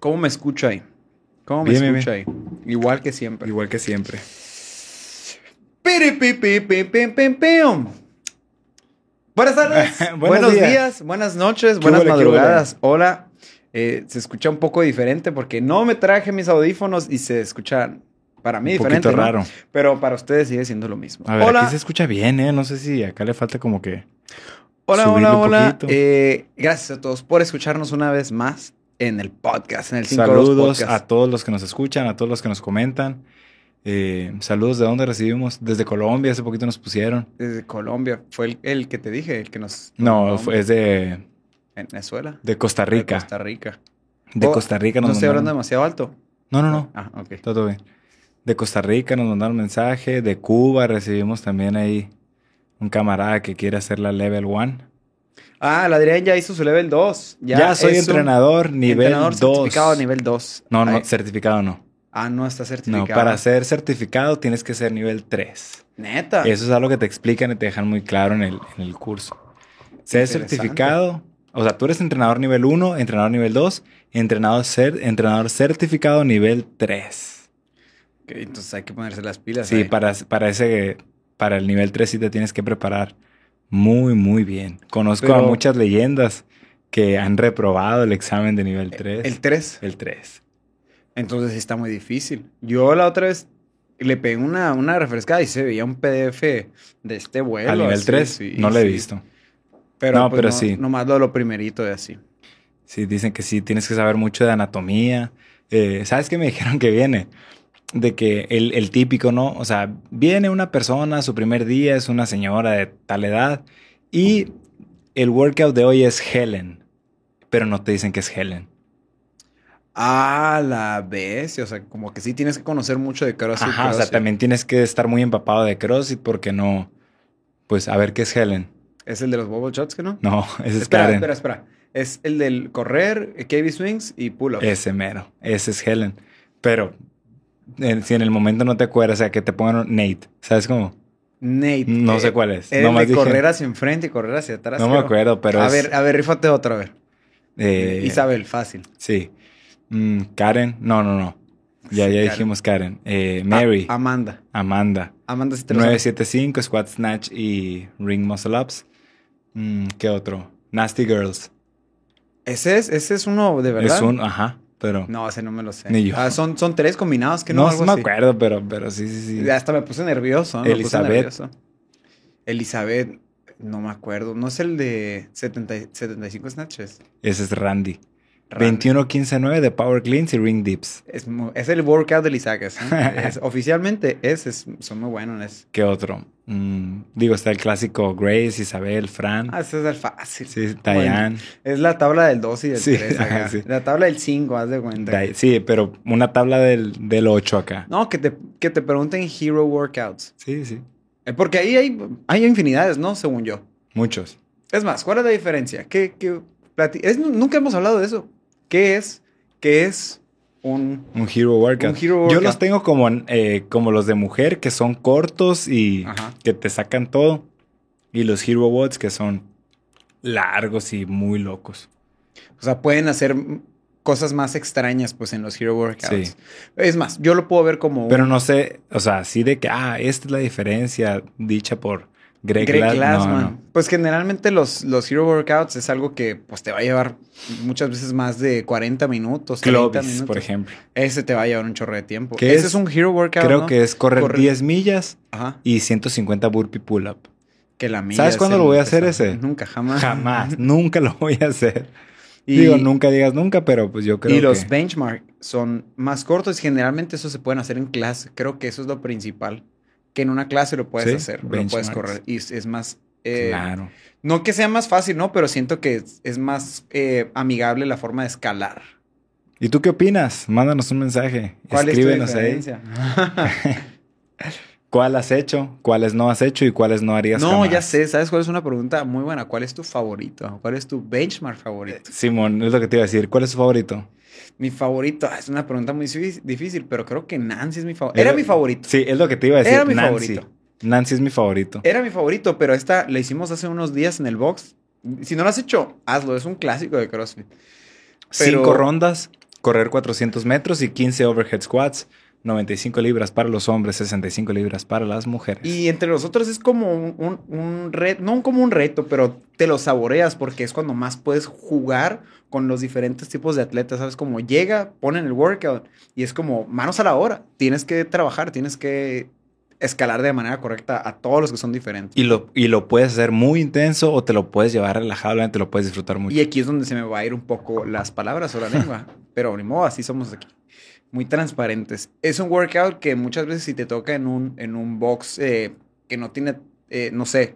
¿Cómo me escucho ahí? ¿Cómo me Bien, bien, escucho ahí? Igual que siempre. Igual que siempre. Piripipipipimpeum. Buenas tardes, Buenos buenos, días. días, buenas noches, ¿Qué buenas huele, qué madrugadas. Hola, Eh, se escucha un poco diferente porque no me traje mis audífonos y se escucha para mí Un diferente. poquito ¿no? raro. Pero para ustedes sigue siendo lo mismo. A ver, hola, aquí se escucha bien, ¿eh? No sé si acá le falta como que... hola, subirle hola, un hola. poquito. Eh, gracias a todos por escucharnos una vez más en el podcast, en el 5 Saludos podcast. a todos los que nos escuchan, a todos los que nos comentan. Eh, saludos de dónde recibimos. Desde Colombia, hace poquito nos pusieron. Desde Colombia, fue el, el que te dije, el que nos... No, Colombia. fue- es de, En Venezuela. de Costa Rica. De Costa Rica. De Oh, Costa Rica nos No estoy hablando mandaron. demasiado alto. No, no, no. Ah, ok. Todo bien. De Costa Rica nos mandaron mensaje. De Cuba recibimos también ahí un camarada que quiere hacer la level 1. Ah, la Adrián ya hizo su level 2. Ya, Ya, soy es un entrenador nivel entrenador 2. certificado nivel 2. No, no, Ay, certificado no. Ah, no está No, certificado. para ser certificado tienes que ser nivel 3. Neta. Eso es algo que te explican y te dejan muy claro en el, en el curso. Ser Interesante. certificado, o sea, tú eres entrenador nivel 1, entrenador nivel 2, entrenador, cer- entrenador certificado nivel 3. Ok, entonces hay que ponerse las pilas. ¿eh? Sí, ahí. para, para, ese, para el nivel 3 sí te tienes que preparar muy, muy bien. Conozco a Pero- muchas leyendas que han reprobado el examen de nivel 3. El 3. El 3. Entonces sí está muy difícil. Yo la otra vez le pegué una, una refrescada y se veía un PDF de este vuelo. Al nivel así, 3 sí, no lo he sí. visto. Pero, No, pues, pero sí. Nomás lo, lo primerito y así. Sí, dicen que sí, tienes que saber mucho de anatomía. Eh, ¿Sabes qué me dijeron que viene? De que el, el típico, ¿no? O sea, viene una persona, su primer día es una señora de tal edad y el workout de hoy es Helen, pero no te dicen que es Helen. Ah, la vez. O sea, como que sí tienes que conocer mucho de CrossFit. Ajá, o sea, CrossFit. también tienes que estar muy empapado de CrossFit porque no, pues a ver qué es Helen. Es el de los bubble shots, ¿que no? No, ese es espera, Karen. espera, espera. Es el del correr, eh, KB swings y pull-ups. Ese mero, ese es Helen. Pero eh, si en el momento no te acuerdas, o sea, que te pongan Nate, ¿sabes cómo? Nate. No sé eh, cuál es. El Nomás de dije- correr hacia enfrente y correr hacia atrás. No me creo. acuerdo, pero a es, ver, a ver, rífate otra vez. eh, Isabel, fácil. Sí. Mm, Karen. No, no, no. Ya, Sí, ya Karen. Ah, dijimos Karen. Eh, Mary. A- Amanda. Amanda. Amanda sí te lo sabes. 975, Squat Snatch y Ring Muscle Ups. Mm, ¿Qué otro? Nasty Girls. Ese es, ese es uno de verdad. Es un... Ajá, pero... No, ese no me lo sé. Ni yo. Ah, son, son tres combinados que no, no algo me así. acuerdo, pero, pero sí, sí, sí. Hasta me puse nervioso. ¿no? Me puse Elizabeth. nervioso. Elizabeth, no me acuerdo. ¿No es el de 70 y- 75 snatches? Ese es Randy. Randy. 21, 15, 9 de Power Cleans y Ring Dips. Es, mu- es el workout del Isaac. ¿sí? Es- oficialmente es, es- son muy buenos. Es, ¿Qué otro? Mm, digo, está el clásico Grace, Isabel, Fran. ah, ese es el fácil. Mm. Sí, Diane. Es la tabla del 2 y del Sí, 3. ajá, sí. La tabla del 5, haz de cuenta. Di- Sí, pero una tabla del, del 8 acá. No, que te, que te pregunten hero workouts. Sí, sí. Eh, Porque ahí hay, hay infinidades, ¿no? Según yo. Muchos. Es más, ¿cuál es la diferencia? ¿Qué, qué plati- es- nunca hemos hablado de eso. ¿Qué es? ¿Qué es un... Un hero workout. Un hero Yo workout. los tengo como, eh, como los de mujer, que son cortos y Ajá. que te sacan todo. Y los hero bots, que son largos y muy locos. O sea, pueden hacer mm, cosas más extrañas pues en los hero workouts. Sí. Es más, yo lo puedo ver como un- Pero no sé, o sea, así de que, ah, esta es la diferencia dicha por Greg, Greg Glass- no, Glassman. no. Pues generalmente los, los Hero Workouts es algo que pues, te va a llevar muchas veces más de 40 minutos, 30 Clovis, minutos. por ejemplo. Ese te va a llevar un chorro de tiempo. ¿Qué Ese es? es? un Hero Workout, Creo ¿no? que es correr Correr. 10 millas Ajá. y 150 burpee pull-up. Que la mía ¿Sabes es cuándo lo el- voy a hacer esa- ese? Nunca, jamás. Jamás, nunca lo voy a hacer. Y, Digo, nunca digas nunca, pero pues yo creo y los que... benchmark son más cortos y generalmente eso se pueden hacer en clase. Creo que eso es lo principal. Que en una clase lo puedes Sí, hacer, lo puedes benchmarks. correr. Y es, es más... eh, Claro. No que sea más fácil, ¿no? Pero siento que es, es más eh, amigable la forma de escalar. ¿Y tú qué opinas? Mándanos un mensaje. ¿Cuál Escríbenos es tu ahí. diferencia? ¿Cuál has hecho? ¿Cuáles no has hecho? ¿Y cuáles no harías No, jamás? ya sé, ¿sabes cuál es una pregunta muy buena? ¿Cuál es tu favorito? ¿Cuál es tu benchmark favorito? Simón, es lo que te iba a decir. ¿Cuál es tu favorito? Mi favorito, ah, es una pregunta muy sufi- difícil, pero creo que Nancy es mi favorito. Es Era lo- mi favorito. Sí, es lo que te iba a decir. Era mi Nancy. favorito. Eh, Nancy es mi favorito. Era mi favorito, pero esta la hicimos hace unos días en el box. Si no lo has hecho, hazlo, es un clásico de CrossFit. pero- Cinco rondas correr 400 metros y 15 overhead squats, 95 libras para los hombres, 65 libras para las mujeres. Y entre nosotros es como un, un, un reto, no como un reto, pero te lo saboreas porque es cuando más puedes jugar con los diferentes tipos de atletas, ¿sabes? Como llega, ponen el workout y es como manos a la obra. Tienes que trabajar, tienes que escalar de manera correcta a todos los que son diferentes. Y lo, y lo puedes hacer muy intenso o te lo puedes llevar relajado, te lo puedes disfrutar mucho. Y aquí es donde se me va a ir un poco las palabras o la lengua, pero ni modo, así somos aquí. Muy transparentes. Es un workout que muchas veces si te toca en un, en un box eh, que no tiene, eh, no sé,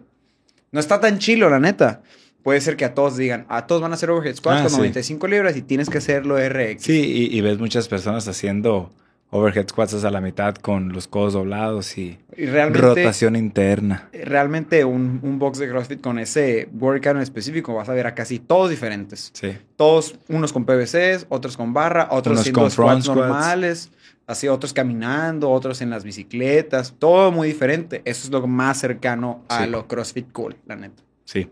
no está tan chilo, la neta. Puede ser que a todos digan, a todos van a hacer overhead squats Ah, con sí. 95 libras y tienes que hacerlo RX. Sí, y, y ves muchas personas haciendo overhead squats hasta la mitad con los codos doblados y Y realmente, rotación interna. realmente un, un box de CrossFit con ese workout en específico vas a ver a casi todos diferentes. Sí. todos, unos con PVCs, otros con barra, otros Unos haciendo con front squats squats. normales, así otros caminando, otros en las bicicletas, todo muy diferente. Eso es lo más cercano a Sí. lo CrossFit Cool, la neta. Sí.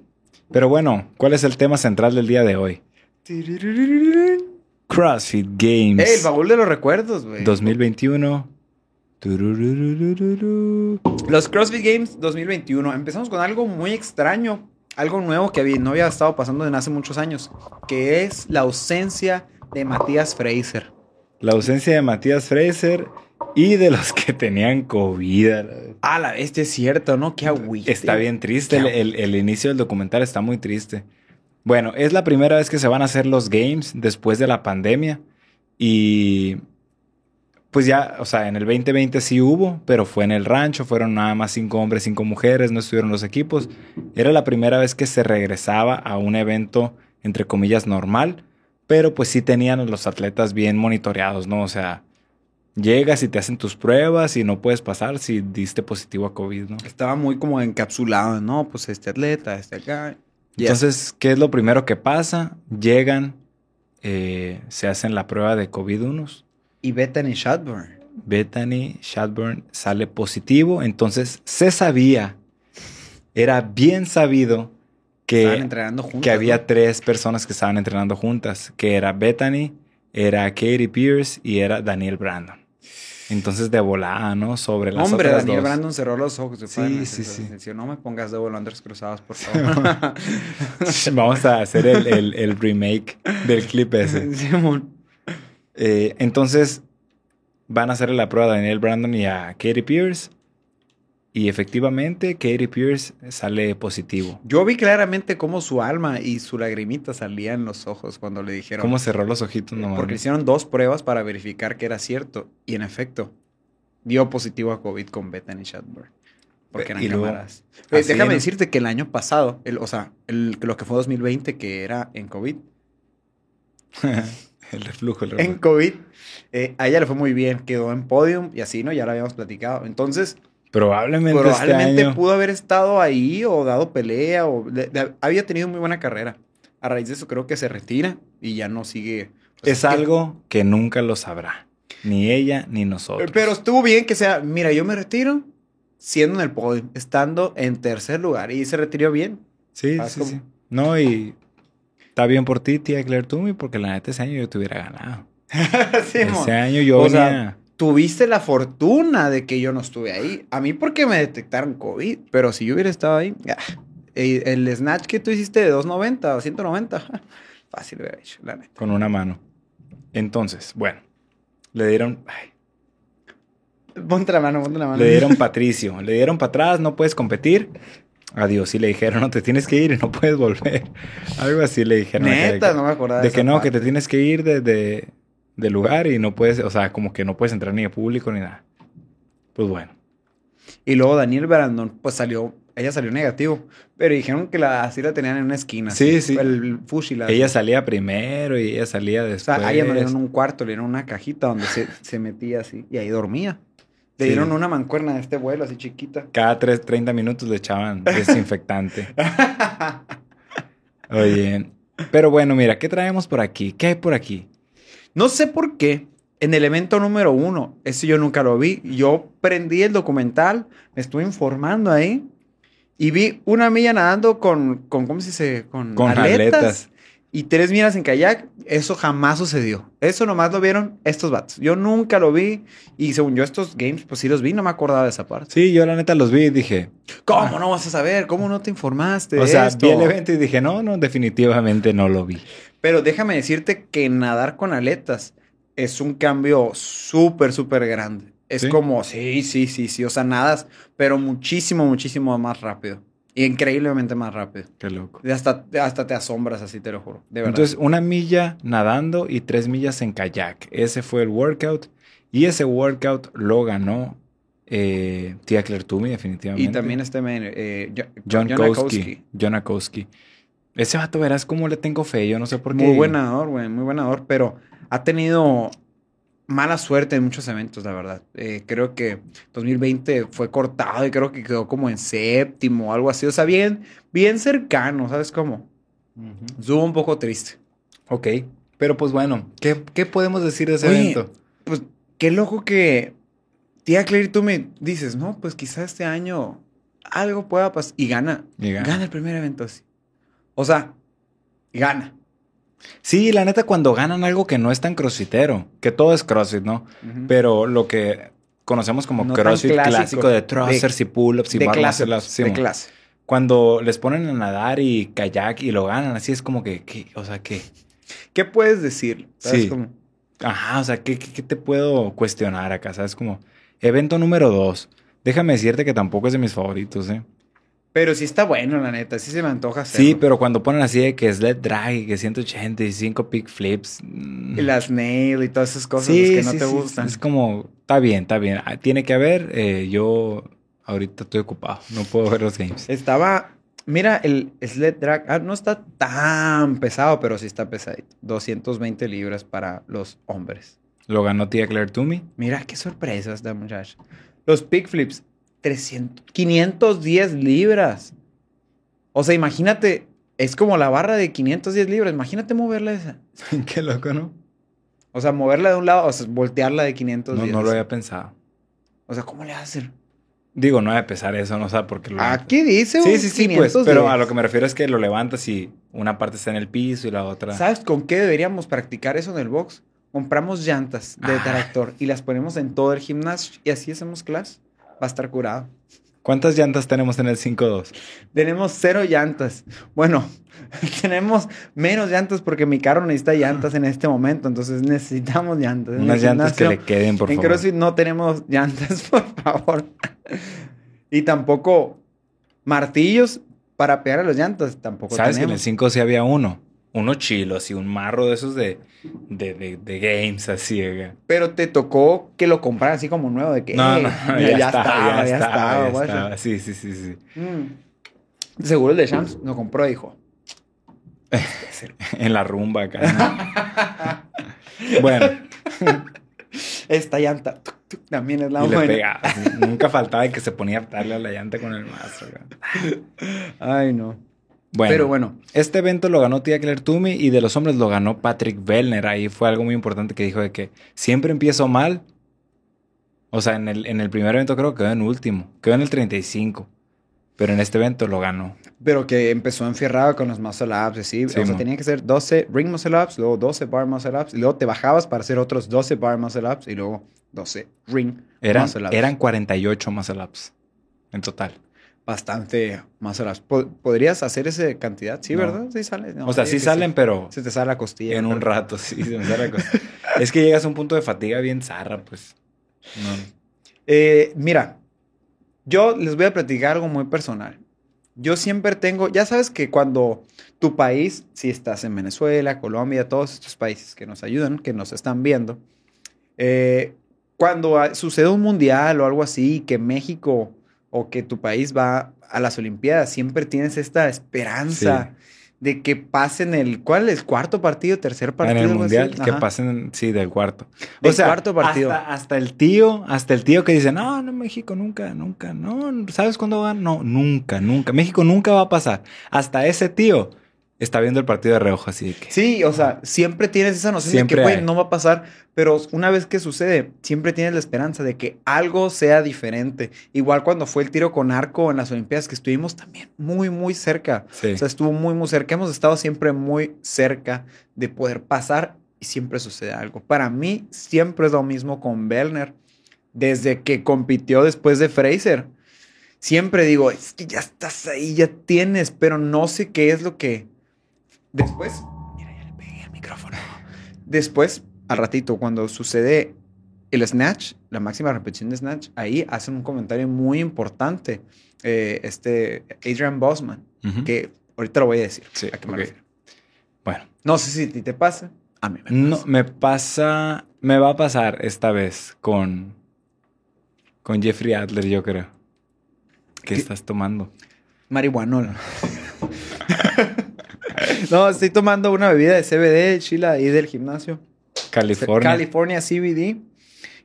Pero bueno, ¿cuál es el tema central del día de hoy? El CrossFit Games baúl de los recuerdos, güey. 2021. Turururururu. Los CrossFit Games 2021. Empezamos con algo muy extraño, algo nuevo que vi- no había estado pasando en hace muchos años, que es la ausencia de Matías Fraser. La ausencia de Matías Fraser y de los que tenían COVID. a la vez. Ah, la bestia es cierto, ¿no? Qué agüite. Está bien triste. El, Qué- el- el inicio del documental está muy triste. Bueno, es la primera vez que se van a hacer los games después de la pandemia. Y pues ya, o sea, en el 2020 sí hubo, pero fue en el rancho. Fueron nada más cinco hombres, cinco mujeres. No estuvieron los equipos. Era la primera vez que se regresaba a un evento, entre comillas, normal. Pero pues sí tenían a los atletas bien monitoreados, ¿no? O sea, llegas y te hacen tus pruebas y no puedes pasar si diste positivo a COVID, ¿no? Estaba muy como encapsulado, ¿no? Pues este atleta, este acá. Y Entonces, ¿qué es lo primero que pasa? Llegan, eh, se hacen la prueba de COVID unos. así. Y Bethany Shadburn. Bethany Shadburn sale positivo, entonces se sabía, era bien sabido Estaban que, entrenando juntos. que había tres personas que estaban entrenando juntas, que era Bethany, era Katie Pierce y era Daniel Brandon. Entonces de volada, ¿no? Sobre las Hombre, otras Daniel dos. Brandon cerró los ojos. se Sí, pueden sí, hacer- sí. decir, No me pongas de volantes cruzados, por favor. Vamos a hacer el, el- el remake del clip ese. Simón. Eh, entonces, van a hacerle la prueba a Daniel Brandon y a Katie Pierce. Y efectivamente, Katie Pierce sale positivo. Yo vi claramente cómo su alma y su lagrimita salían los ojos cuando le dijeron. ¿Cómo cerró los ojitos nomás? Porque hicieron dos pruebas para verificar que era cierto. Y en efecto, dio positivo a COVID con Bethany Shadburn. Porque Ve- eran y luego, cámaras. Oye, así déjame en- decirte que el año pasado, el, o sea, el- lo que fue 2020, que era en COVID. el reflujo, el reflujo. En COVID, eh, a ella le fue muy bien. Quedó en podium y así, ¿no? Ya lo habíamos platicado. Entonces, Probablemente, probablemente este año. pudo haber estado ahí o dado pelea o le- le- había tenido muy buena carrera. A raíz de eso creo que se retira y ya no sigue. pues, Es que- algo que nunca lo sabrá. Ni ella ni nosotros. Pero estuvo bien que sea, mira, yo me retiro siendo en el podio, estando en tercer lugar y se retiró bien. Sí, Ah, sí, ¿cómo? sí. No, y está bien por ti, tía Claire Toomey, porque la neta ese año yo te hubiera ganado. Sí, mon. Ese año yo O venía. sea, Tuviste la fortuna de que yo no estuve ahí. A mí porque me detectaron COVID, pero si yo hubiera estado ahí, ah, eh, el snatch que tú hiciste de 290 o 190, ja, fácil hubiera hecho, la neta. Con una mano. Entonces, bueno, le dieron, ay, Ponte la mano, ponte la mano. le dieron Patricio, le dieron para atrás, no puedes competir. Adiós, y le dijeron, no te tienes que ir y no puedes volver. Algo así le dijeron. Neta, de que, no me acordaba. de esa que no, que te parte. tienes que ir de, de- del lugar y no puedes, o sea, como que no puedes entrar ni de público ni nada. Pues bueno, Y luego Daniel Brandon, pues salió, ella salió negativo, pero dijeron que la, así la tenían en una esquina. Sí, así, sí. El fushi la- ella salía primero y ella salía O después. sea, a ella no le Pues. dieron un cuarto, le dieron una cajita donde se, se metía así y ahí dormía. Le Sí. dieron una mancuerna de este vuelo así chiquita. Cada tres, 30 minutos le echaban desinfectante. Oye, pero bueno, mira, ¿qué traemos por aquí? ¿Qué hay por aquí? No sé por qué. En el evento número uno, ese yo nunca lo vi. Yo prendí el documental, me estuve informando ahí y vi una milla nadando con, con ¿cómo se dice? Con, Con aletas. y tres miras en kayak, eso jamás sucedió. Eso nomás lo vieron estos vatos. Yo nunca lo vi y según yo estos games, pues sí los vi, no me acordaba de esa parte. Sí, yo la neta los vi y dije, ¿Cómo no vas a saber? ¿Cómo no te informaste? de Ah. o sea, esto? vi el evento y dije, no, no, definitivamente no lo vi. Pero déjame decirte que nadar con aletas es un cambio súper, súper grande. Es ¿Sí? como, sí, sí, sí, sí. O sea, nadas, pero muchísimo, muchísimo más rápido. Y increíblemente más rápido. Qué loco. Y Hasta, hasta te asombras así, te lo juro. De verdad. Entonces, una milla nadando y tres millas en kayak. Ese fue el workout. Y ese workout lo ganó eh, Tia Clertumi, definitivamente. y también este men, eh, Jo- John John Kowski. Akowski. John Akowski. Ese vato, verás cómo le tengo fe. Yo no sé por qué. Muy buen nadador, güey, muy buen nadador, pero ha tenido mala suerte en muchos eventos, la verdad. Eh, creo que 2020 fue cortado y creo que quedó como en séptimo o algo así. O sea, bien, bien cercano, ¿sabes cómo? Ujú. Estuvo un poco triste. Ok. Pero pues bueno, ¿qué, qué podemos decir de ese Oye, evento? Pues qué loco que tía Claire, tú me dices, no, pues quizás este año algo pueda pasar. Y gana. Y gana. Gana el primer evento así. O sea, gana. Sí, la neta, cuando ganan algo que no es tan crossfitero, que todo es crossfit, ¿no? Ujú. Pero lo que conocemos como No tan crossfit clásico. clásico, de thrusters y pull-ups y de barras, clase, las- pues, sí, de mo. clase. Cuando les ponen a nadar y kayak y lo ganan, así es como que, ¿qué? o sea, que, ¿Qué puedes decir? ¿Sabes Sí. cómo? ajá, o sea, ¿qué, qué, qué te puedo cuestionar acá? ¿Sabes? Como, evento número dos. Déjame decirte que tampoco es de mis favoritos, ¿eh? Pero sí está bueno, la neta. Sí se me antoja hacerlo. Sí, pero cuando ponen así de que sled drag, que 185 pick flips. mm. Y las nail y todas esas cosas las que no te gustan. Es como, está bien, está bien. Ah, Tiene que haber. eh, yo ahorita estoy ocupado. No puedo ver los games. Estaba... Mira, el sled drag ah, no está tan pesado, pero sí está pesadito. 220 libras para los hombres. Lo ganó tía Claire Toomey. Mira, qué sorpresa esta muchacha. Los pick flips, 300, 510 libras. O sea, imagínate, es como la barra de 510 libras. Imagínate moverla esa. Qué loco, ¿no? O sea, moverla de un lado, o sea, voltearla de 510. No, no lo había pensado. O sea, ¿cómo le hacen? Digo, no debe pesar eso, no sé por qué lo Aquí dice Sí, un sí, sí, pues. 510. Pero a lo que me refiero es que lo levantas y una parte está en el piso y la otra. ¿Sabes con qué deberíamos practicar eso en el box? Compramos llantas de Ah. tractor y las ponemos en todo el gimnasio y así hacemos clase. Va a estar curado. ¿Cuántas llantas tenemos en el 5-2? Tenemos cero llantas. Bueno, tenemos menos llantas porque mi carro necesita llantas en este momento. Entonces necesitamos llantas. En Unas el llantas que le gimnasio, queden, por En favor. CrossFit no tenemos llantas, por favor. y tampoco martillos para pegar a las llantas. Tampoco ¿Sabes que en el tenemos. 5 sí había uno? Uno chilo, así, un marro de esos de, de, de, de games, así. oiga. Pero te tocó que lo compraran así como nuevo. De que No, "Eh, no, mira, ya, estaba, ya estaba. ya guacha". estaba. Sí, sí, sí, sí. Mm. Seguro el de Shams lo compró, dijo. En la rumba acá. ¿no? bueno, Esta llanta tuc, tuc, también es la y le buena. pegaba. Nunca faltaba el que se ponía a darle a la llanta con el mazo. acá. Ay, no. Bueno, Pero bueno, este evento lo ganó Tía Claire Toomey y de los hombres lo ganó Patrick Bellner. Ahí fue algo muy importante que dijo de que siempre empiezo mal. O sea, en el, en el primer evento creo que quedó en último. Quedó en el 35. Pero en este evento lo ganó. pero que empezó enfierrado con los muscle ups, ¿sí? Sí, o sea, mo. tenía que ser 12 ring muscle ups, luego 12 bar muscle ups, y luego te bajabas para hacer otros 12 bar muscle ups y luego 12 ring Eran, muscle ups. eran 48 más ups en total. bastante muscle ups. Po- ¿Podrías hacer esa cantidad? Sí, No. ¿verdad? Sí sale. No, o sea, sí, sí que salen, pero Se te sale la costilla. en ¿no? un rato, sí, se me sale la cosa. es que llegas a un punto de fatiga bien zarra, pues. No. Eh, mira, yo les voy a platicar algo muy personal. Yo siempre tengo, ya sabes que cuando tu país, si estás en Venezuela, Colombia, todos estos países que nos ayudan, que nos están viendo, eh, cuando ah, sucede un mundial o algo así, que México o que tu país va a las Olimpiadas, siempre tienes esta esperanza de que pasen el, ¿cuál es? ¿Cuarto partido? ¿Tercer En partido? el algo así? mundial, que Ajá. pasen, sí, del cuarto. Del cuarto partido. Hasta, hasta el tío, hasta el tío que dice, no, no, México nunca, nunca, no, ¿sabes cuándo van? No, nunca, nunca. México nunca va a pasar. Hasta ese tío está viendo el partido de reojo, así de que. Sí, o sea, siempre tienes esa noción Siempre de que, hay. güey, no va a pasar, pero una vez que sucede, siempre tienes la esperanza de que algo sea diferente. Igual cuando fue el tiro con arco en las Olimpiadas, que estuvimos también muy, muy cerca. Sí. O sea, estuvo muy, muy cerca. Hemos estado siempre muy cerca de poder pasar y siempre sucede algo. Para mí, siempre es lo mismo con Bellner. Desde que compitió después de Fraser, siempre digo, es que ya estás ahí, ya tienes, pero no sé qué es lo que. Después. Mira, ya le pegué al micrófono. Después, al ratito, cuando sucede el snatch, la máxima repetición de snatch, ahí hacen un comentario muy importante. eh, este Adrian Bosman Ujú. que ahorita lo voy a decir. Sí, ¿A qué me ok. refiero? Bueno, No sé si a ti te pasa. A mí me no, pasa. me pasa, me va a pasar esta vez con, con Jeffrey Adler, yo creo. ¿Qué, ¿Qué? estás tomando? Marihuanol. no, estoy tomando una bebida de CBD de Chile ahí del gimnasio. California. California CBD.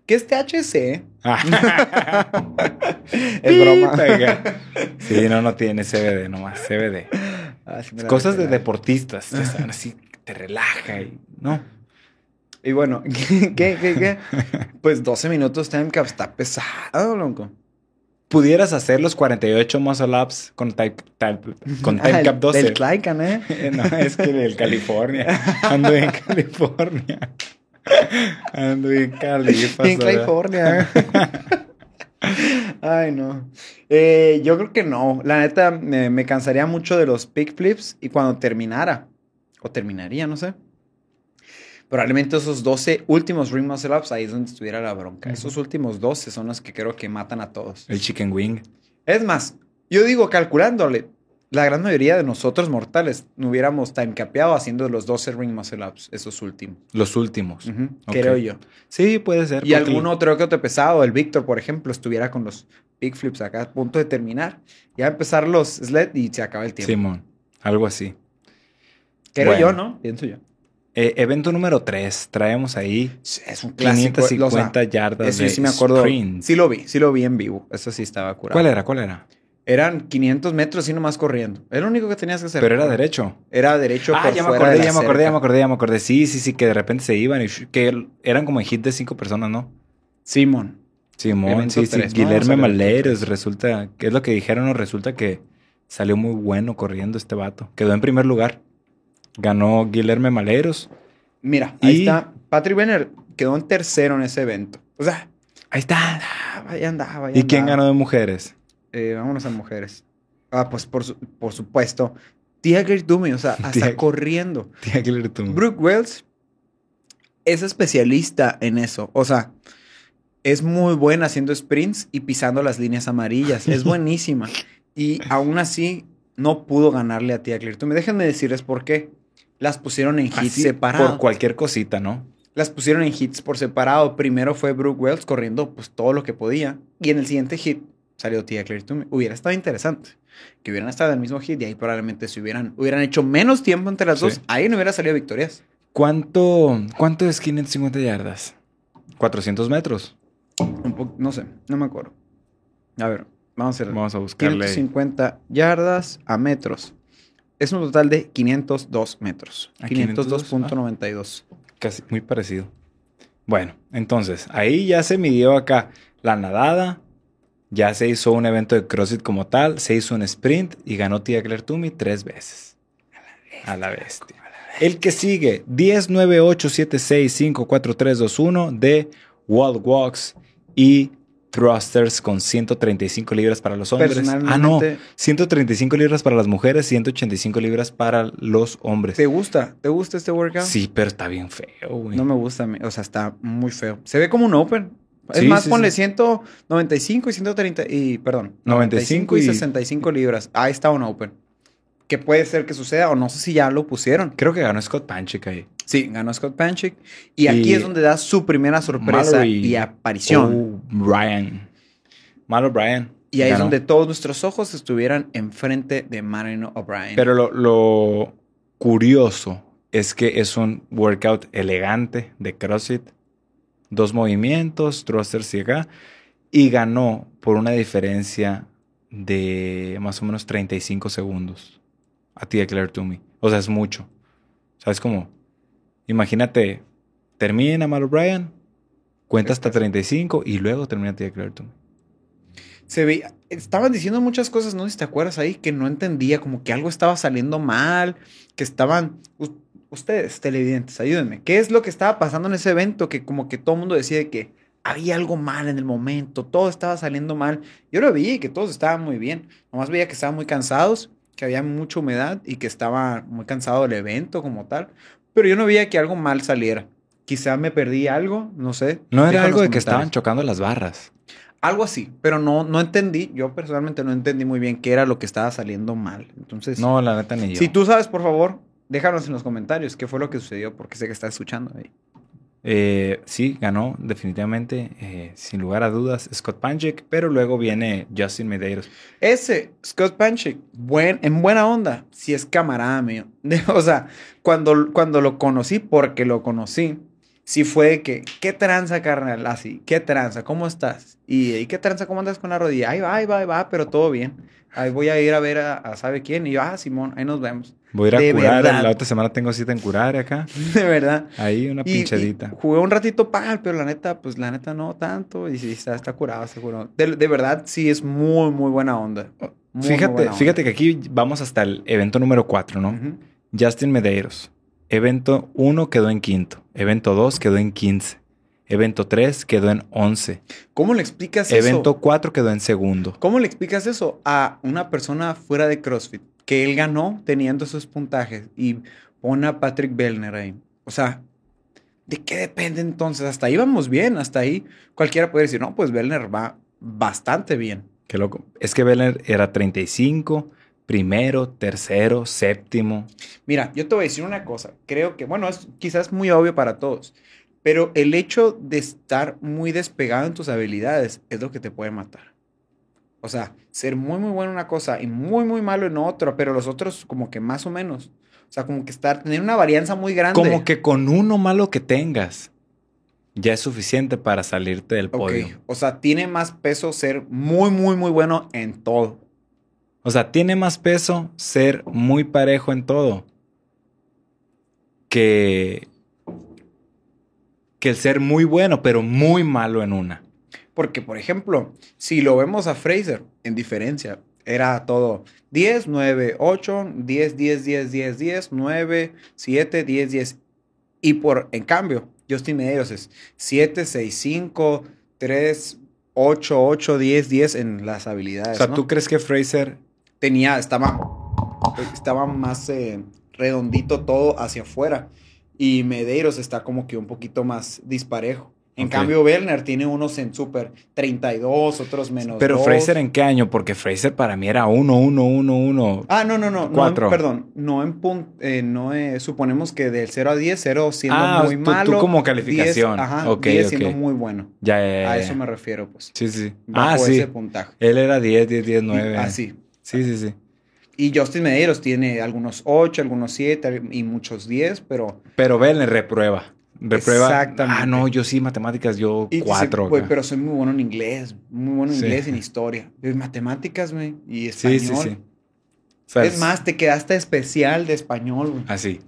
Que es THC. es Es broma. broma. sí, no, no tiene CBD, nomás CBD. Ah, sí me la Cosas de recuerdo. deportistas, ya saben, así te relaja y no. Y bueno, ¿qué, qué, qué, qué? Pues 12 minutos time cap está pesado, loco. Pudieras hacer los 48 muscle ups con type, type- con Ah, time el- cap 12. Del Tlaycan, ¿eh? Eh, No, es que del California. Ando en California. Ando en Califa. en California. Ay, no. Eh, yo creo que no. La neta, me, me cansaría mucho de los pick flips y cuando terminara, o terminaría, no sé. Probablemente esos 12 últimos ring muscle ups, ahí es donde estuviera la bronca. Ujú. Esos últimos 12 son los que creo que matan a todos. El chicken wing. Es más, yo digo, calculándole, la gran mayoría de nosotros mortales no hubiéramos time capeado haciendo los 12 ring muscle ups, esos últimos. Los últimos. Ujú, Ok. Creo yo. Sí, puede ser. Y porque- algún otro que otro pesado, el Víctor, por ejemplo, estuviera con los big flips acá a punto de terminar. Ya empezar los sled y se acaba el tiempo. Simón. Algo así. Creo Bueno. yo, ¿no? Pienso yo. Eh, evento número 3. Traemos ahí Es un clásico. lo- o sea, 550 yardas eso de sí me acuerdo. sprint. Sí lo vi, sí lo vi en vivo. Eso sí estaba curado. ¿Cuál era? ¿Cuál era? Eran 500 metros y nomás corriendo. Era lo único que tenías que hacer. Pero era derecho. Era derecho Ah, por ya me fuera de acordé, la ya me acordé, ya me cerca. acordé, ya me acordé. Sí, sí, sí, que de repente se iban y sh- que eran como en hit de cinco personas, ¿no? Simón. Simón, Evento sí, sí. tres, ¿no? Guillermo Vamos a ver el evento Maleros resulta, que es lo que dijeron, nos resulta que salió muy bueno corriendo este vato. Quedó en primer lugar. Ganó Guillermo Maleros. Mira, ahí Y- está. Patrick Benner quedó en tercero en ese evento. O sea, ah, Ahí está. andaba, ahí andaba. ahí ¿Y quién andaba. ganó de mujeres? Eh, vámonos a mujeres. Ah, pues por, su- por supuesto. Tiager Dume, o sea, hasta Tiag- corriendo. Tía Guillermo. Brooke Wells es especialista en eso. O sea, es muy buena haciendo sprints y pisando las líneas amarillas. Es buenísima. y aún así, no pudo ganarle a Tiager Dume. Déjenme decirles por qué. Las pusieron en hits Así, separados. Por cualquier cosita, ¿no? Las pusieron en hits por separado. Primero fue Brooke Wells corriendo pues todo lo que podía. Y en el siguiente hit salió Tia Claire Toomey. Hubiera estado interesante. Que hubieran estado en el mismo hit y ahí probablemente se hubieran, hubieran hecho menos tiempo entre las Sí. dos. Ahí no hubiera salido victorias. ¿Cuánto, cuánto es 550 yardas? 400 metros. Un po- no sé, no me acuerdo. A ver, vamos a ver. Vamos a buscarle. ahí. 550 yardas a metros. Es un total de 502 metros. Ah, 502, 502.92. Casi muy parecido. Bueno, entonces, ahí ya se midió acá la nadada, ya se hizo un evento de CrossFit como tal, se hizo un sprint y ganó Tia Claire Toomey tres veces. A la bestia. El que sigue, 10987654321 de Wall Walks y Thrusters con 135 libras para los hombres. Ah, no, Personalmente- 135 libras para las mujeres, 185 libras para los hombres. ¿Te gusta? ¿Te gusta este workout? Sí, pero está bien feo, güey. No me gusta, me- o sea, está muy feo. Se ve como un open. Es Sí, más, sí, ponle sí. 195 y 130 y, perdón, 95 95 y y- 65 libras. Ahí está un open. Que puede ser que suceda o no sé si ya lo pusieron. Creo que ganó Scott Panchik ahí. Sí, ganó Scott Panchik. Y, Y- aquí es donde da su primera sorpresa Mallory- y aparición. Brian. Malo Brian. y ahí es Oh, Ganó. donde todos nuestros ojos estuvieran enfrente de Marino O'Brien. Pero lo, lo curioso es que es un workout elegante de CrossFit. Dos movimientos, thrusters y acá. Y ganó por una diferencia de más o menos 35 segundos a Tia Claire Toomey. O sea, es mucho. ¿Sabes cómo? Imagínate, termina Mal O'Brien, cuenta hasta Después. 35 y luego termina Tía Clareton. se veía, estaban diciendo muchas cosas, no sé si te acuerdas ahí, que no entendía, como que algo estaba saliendo mal, que estaban, u- ustedes, televidentes, ayúdenme, ¿qué es lo que estaba pasando en ese evento? Que como que todo el mundo decía de que había algo mal en el momento, todo estaba saliendo mal. Yo lo veía y que todos estaban muy bien, nomás veía que estaban muy cansados, que había mucha humedad y que estaba muy cansado del evento como tal, pero yo no veía que algo mal saliera. Quizá me perdí algo, no sé. No Deja era en algo los de que estaban comentarios. chocando las barras. Algo así, pero no, no entendí, yo personalmente no entendí muy bien qué era lo que estaba saliendo mal. Entonces, No, la neta ni yo. si tú sabes, por favor, déjanos en los comentarios qué fue lo que sucedió, porque sé que estás escuchando ahí. Eh, sí, ganó definitivamente, eh, sin lugar a dudas, Scott Panchik, pero luego viene Justin Medeiros. Ese, Scott Panchik, buen, en buena onda, si es camarada mío. o sea, cuando, cuando lo conocí, porque lo conocí, sí fue de que, ¿qué tranza, carnal? Así, ¿qué tranza? ¿Cómo estás? Y, "¿Y qué tranza? ¿Cómo andas con la rodilla? Ahí va, ahí va, ahí va, pero todo bien. Ahí voy a ir a ver a, a sabe quién. Y yo, ah, Simón, ahí nos vemos. Voy a ir a De curar, verdad. la otra semana tengo cita en curar acá. De verdad. Ahí una Y- y pinchadita. jugué un ratito pal, pero la neta, pues la neta no tanto. Y sí, está, está curado, seguro. De, de verdad, sí es muy, muy buena onda. Muy, muy Oh, fíjate, buena onda. fíjate que aquí vamos hasta el evento número 4, ¿no? Ujú. Justin Medeiros. Evento 1 quedó en quinto. Evento 2 quedó en 15. Evento 3 quedó en 11. ¿Cómo le explicas Evento eso? 4 quedó en segundo. ¿Cómo le explicas eso a una persona fuera de CrossFit? Que él ganó teniendo esos puntajes y pone a Patrick Bellner ahí. O sea, ¿de qué depende entonces? Hasta ahí vamos bien, hasta ahí cualquiera puede decir, no, pues Bellner va bastante bien. Qué loco. Es que Beller era 35, primero, tercero, séptimo. Mira, yo te voy a decir una cosa. Creo que, bueno, es quizás muy obvio para todos, pero el hecho de estar muy despegado en tus habilidades es lo que te puede matar. O sea, ser muy, muy bueno en una cosa y muy, muy malo en otra, pero los otros como que más o menos. O sea, como que estar, tener una varianza muy grande. Como que con uno malo que tengas, ya es suficiente para salirte del Ok, podio. O sea, tiene más peso ser muy, muy, muy bueno en todo. O sea, tiene más peso ser muy parejo en todo que, que el ser muy bueno, pero muy malo en una. Porque, por ejemplo, si lo vemos a Fraser, en diferencia, era todo 10, 9, 8, 10, 10, 10, 10, 10, 9, 7, 10, 10. Y por, en cambio, Justin Medeiros es 7, 6, 5, 3, 8, 8, 10, 10 en las habilidades. O sea, ¿no? ¿tú crees que Fraser... tenía, estaba, estaba más eh, redondito todo hacia afuera. Y Medeiros está como que un poquito más disparejo. En Ok. cambio, Werner tiene unos en super 32, otros menos. Pero dos. Fraser en qué año? Porque Fraser para mí era 1, 1, 1, 1. Ah, no, no, no. No, Cuatro. en- perdón. No en pun- eh, no eh, suponemos que del 0 a 10, 0 siendo Ah, muy tú- tú malo. como 10, calificación. ajá, Ok, 10 ok. siendo muy bueno. Ya, ya, ya, A ya. eso me refiero, pues. Sí, sí. Ah, Bajo sí. ese Ah, puntaje. Él era 10, 10, 10, 9. Así. Sí, sí, sí. Y Justin Medeiros tiene algunos 8, algunos 7 y muchos 10, pero... Pero Belner reprueba. Reprueba. Exactamente. Ah, no, yo sí, matemáticas, yo Y dice, 4. "Güey, pero soy muy bueno en inglés, muy bueno en Sí. inglés, en historia, en matemáticas, güey, y sí, español. sí, Pues sí. O sea, Es más, te quedaste especial de español, güey. Así.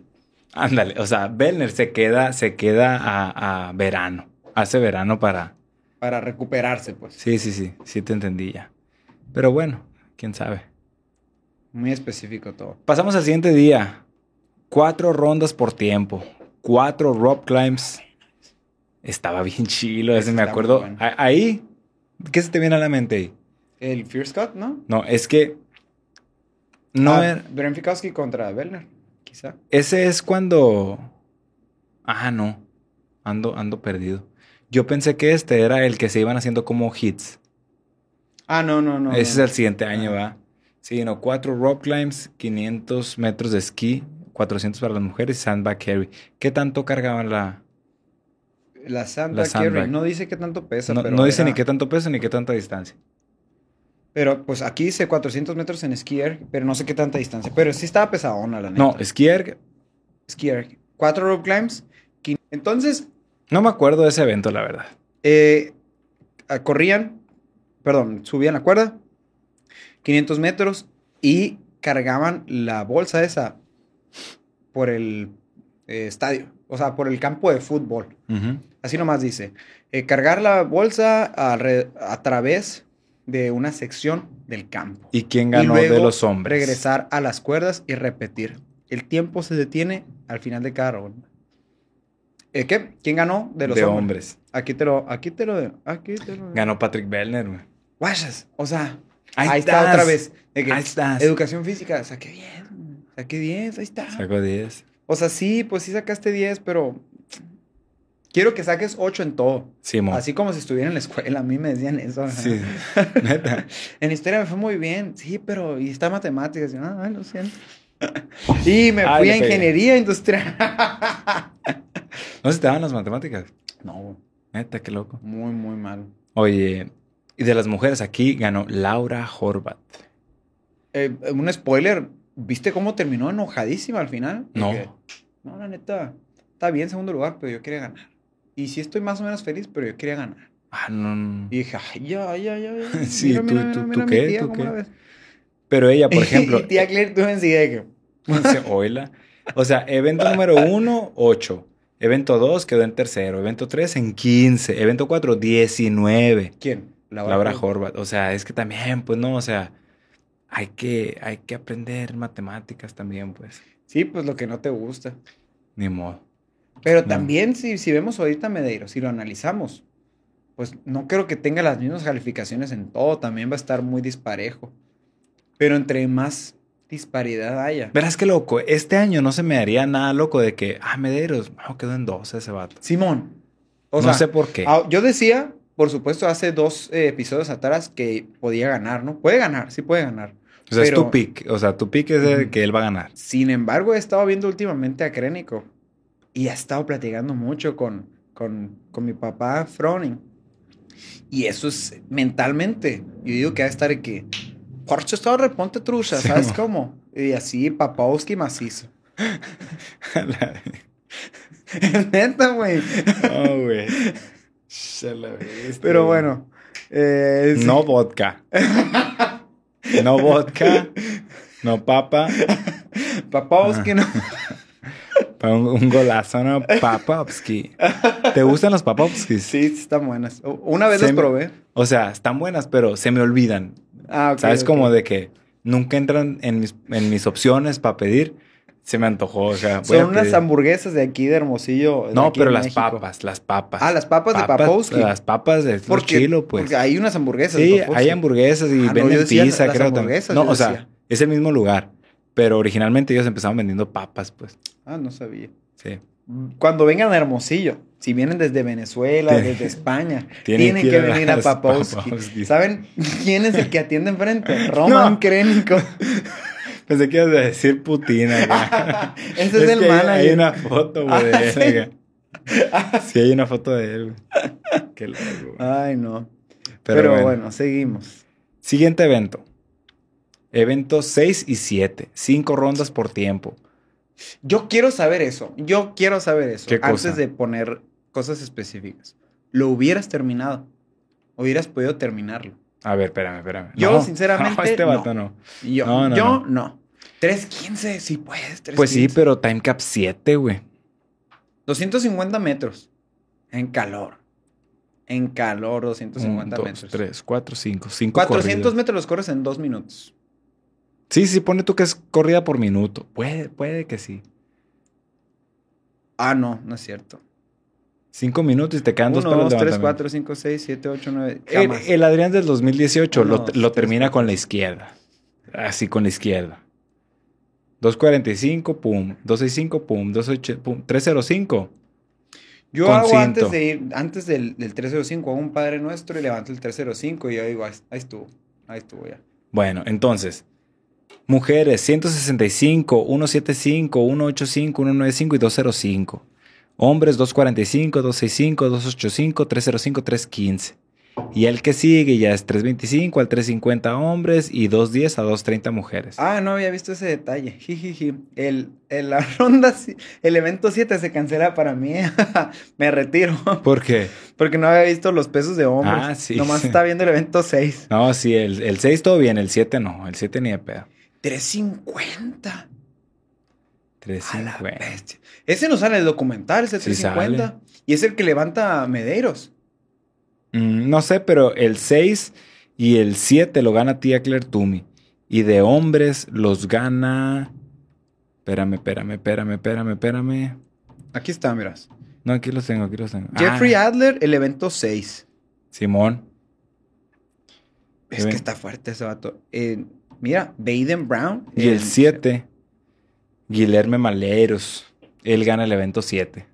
Ándale, o sea, Bellner se queda, se queda a, a verano. Hace verano para. Para recuperarse, pues. Sí, sí, sí, sí te entendí ya. Pero bueno, quién sabe. Muy específico todo. Pasamos al siguiente día. Cuatro rondas por tiempo. Cuatro rope climbs. Estaba bien chilo, ese me Está muy acuerdo. bueno. A- Ahí, ¿qué se te viene a la mente ahí? El Fierce Cut, ¿no? No, es que. No eh. Ah, era- Bren Fikowski contra Bellner, quizá. Ese es cuando. Ah, no. Ando, ando perdido. Yo pensé que este era el que se iban haciendo como hits. Ah, no, no, no. Ese no. es el siguiente año, Ah. ¿va? Sí, no, cuatro rock climbs, 500 metros de esquí, 400 para las mujeres, sandbag carry. ¿Qué tanto cargaban la...? La Sandra La sandbag. Kerry, no dice qué tanto pesa, No, pero... no dice era- ni qué tanto peso ni qué tanta distancia. Pero, pues, aquí dice 400 metros en skier, pero no sé qué tanta distancia. Pero sí estaba pesadona, la neta. No, skier... Skier. Cuatro rope climbs. quin- Entonces, No me acuerdo de ese evento, la verdad. Eh, ah, corrían, perdón, subían la cuerda, 500 metros, y cargaban la bolsa esa por el eh, estadio, o sea, por el campo de fútbol. Ujú. Así nomás dice, eh, cargar la bolsa a, re- a través de una sección del campo. ¿Y quién ganó luego de los hombres? Regresar a las cuerdas y repetir. El tiempo se detiene al final de cada ronda. Eh, ¿Qué? ¿Quién ganó de los de hombres? hombres. Aquí te lo, aquí te lo, aquí te lo. Ganó Patrick Bellner, güey. Guayas, o sea, ahí, Ahí está estás. otra vez. de que Ahí estás. Educación física, saqué 10, saqué 10, ahí está. Sacó 10. O sea, sí, pues sí sacaste 10, pero quiero que saques 8 en todo. Simón. Así como si estuviera en la escuela, a mí me decían eso. ajá. Sí. Neta. En historia me fue muy bien, sí, pero y está matemáticas, y, ah, lo siento. Y me Ah, fui le a pegué. ingeniería industrial. No se te daban las matemáticas. No, Neta, qué loco. muy, muy mal. Oye, y de las mujeres aquí ganó Laura Horvat. Eh, un spoiler, ¿viste cómo terminó enojadísima al final? De No. que, no, la neta, está bien segundo lugar, pero yo quería ganar. Y sí estoy más o menos feliz, pero yo quería ganar. Ah, no, no. Y dije, ay, ya, ya, ya. ya. Sí, tú- tú- tú mi qué, tía, tú ¿cómo la qué. ves? Pero ella, por y ejemplo, eh, tía Claire, tú enseguida de que, Dice, "Oíla". O sea, evento número uno, 8. Evento 2 quedó en tercero. Evento 3 en 15. Evento 4, 19. ¿quién? Laura, Laura Jorge. Horvat. O sea, es que también, pues no, o sea, hay que, hay que aprender matemáticas también, pues. Sí, pues lo que no te gusta. Ni modo. Pero No. también, si, si vemos ahorita a Medeiros, si lo analizamos, pues no creo que tenga las mismas calificaciones en todo. También va a estar muy disparejo. Pero entre más disparidad haya. Verás qué loco. Este año no se me haría nada loco de que, ah, Medeiros, no, quedó en 12 ese vato. Simón. O no sea, sé por qué. ah, yo decía, por supuesto, hace dos eh, episodios atrás que podía ganar, ¿no? Puede ganar, sí puede ganar. o sea, es pero- tu pick. O sea, tu pick es de Ujú. que él va a ganar. Sin embargo, he estado viendo últimamente a Kreniko y ha estado platicando mucho con, con, con mi papá Froning. Y eso es mentalmente. Yo digo que va a estar de que, Jorge, estaba reponte trucha, Sí, ¿sabes mo. cómo? Y así, Papowski macizo. Neta, güey. no, güey. Se la viste, Pero güey. bueno. eh, sí. No vodka. No vodka. No papa. Papowski no. Pa- Un, un golazo, ¿no? Papovsky. ¿Te gustan los papovskis? Sí, sí están buenas. U- Una vez Se las me- probé. O sea, están buenas, pero se me olvidan. Ah, ok, ¿Sabes? ok. Como de que nunca entran en mis, en mis opciones para pedir. Se me antojó. O sea, voy a Son unas pedir. hamburguesas de aquí de Hermosillo. de No, aquí pero en las México. papas, las papas. Ah, las papas, de Papowski. Las papas de flor Porque- chilo, pues. Porque hay unas hamburguesas. Sí, de Papowski. hay hamburguesas y Ah, no, yo venden decía pizza, las creo también. hamburguesas, No, yo o sea, decía. es el mismo lugar, pero originalmente ellos empezaron vendiendo papas, pues. Ah, no sabía. Sí. Cuando vengan a Hermosillo, si vienen desde Venezuela, desde España, tienen, que, ir a venir a las Papowski. Papowskis. ¿Saben quién es el que atiende enfrente? Roman No. Kreniko. Pensé que ibas a decir putina. acá. Ese es, el que hay- manager. Hay una foto, güey, Ah, de sí. él. acá. Sí, hay una foto de él. güey. Qué loco, güey. Ay, no. Pero, Ah, Pero, bueno. bueno. seguimos. Siguiente evento. Eventos 6 y 7. Cinco rondas por tiempo. Yo quiero saber eso. Yo quiero saber eso. ¿Qué cosa? Antes de poner cosas específicas. Lo hubieras terminado. Hubieras podido terminarlo. A ver, espérame, espérame. Yo, No, sinceramente, No, este no. vato no. Y Yo, No, no, yo no. no. 315, sí puedes. 315. Pues sí, pero Time Cap 7, güey. 250 metros. En calor. En calor, 250 1, 2, metros. 3, 4, 5, 5 400 corridas. metros los corres en dos minutos. Sí, sí, pone tú que es corrida por minuto. Puede, puede que sí. Ah, no, no es cierto. 5 minutos y te quedan 1, dos para el 2, 3, levantamiento. 4, 5, 6, 7, 8, 9. El, el Adrián del 2018 Uno, lo, dos, lo tres, termina cuatro. con la izquierda. Así con la izquierda. 2.45, pum. 2.65, pum. 2.8, pum. 3.05. Yo con hago cinto. antes de ir, antes del, del 305, hago un padre nuestro y levanto el 305 y yo digo, ahí, ahí estuvo. Ahí estuvo ya. Bueno, entonces. Mujeres, 165, 175, 185, 195 y 205. Hombres, 245, 265, 285, 305, 315. Y el que sigue ya es 325 al 350 hombres y 210 a 230 mujeres. Ah, no había visto ese detalle. Jijiji. El, el- la ronda, si- el evento 7 se cancela para mí. Me retiro. ¿Por qué? Porque no había visto los pesos de hombres. Ah, sí. Nomás está viendo el evento 6. No, sí, el, el 6 todo bien, el 7 no, el 7 ni de pedo. 350. A la 350. bestia. Ese no sale el documental, ese Sí 350. y es el que levanta a Medeiros. Mm, no sé, pero el 6 y el 7 lo gana tía Claire Toomey. Y de hombres los gana. Espérame, espérame, espérame, espérame, espérame. Aquí está, miras. No, aquí los tengo, aquí los tengo. Ah, Jeffrey Adler, el evento 6. Simón. Es Ven. que está fuerte ese vato. Eh, mira, Baden Brown. Y el 7, Guilherme Maleros. Él gana el evento 7.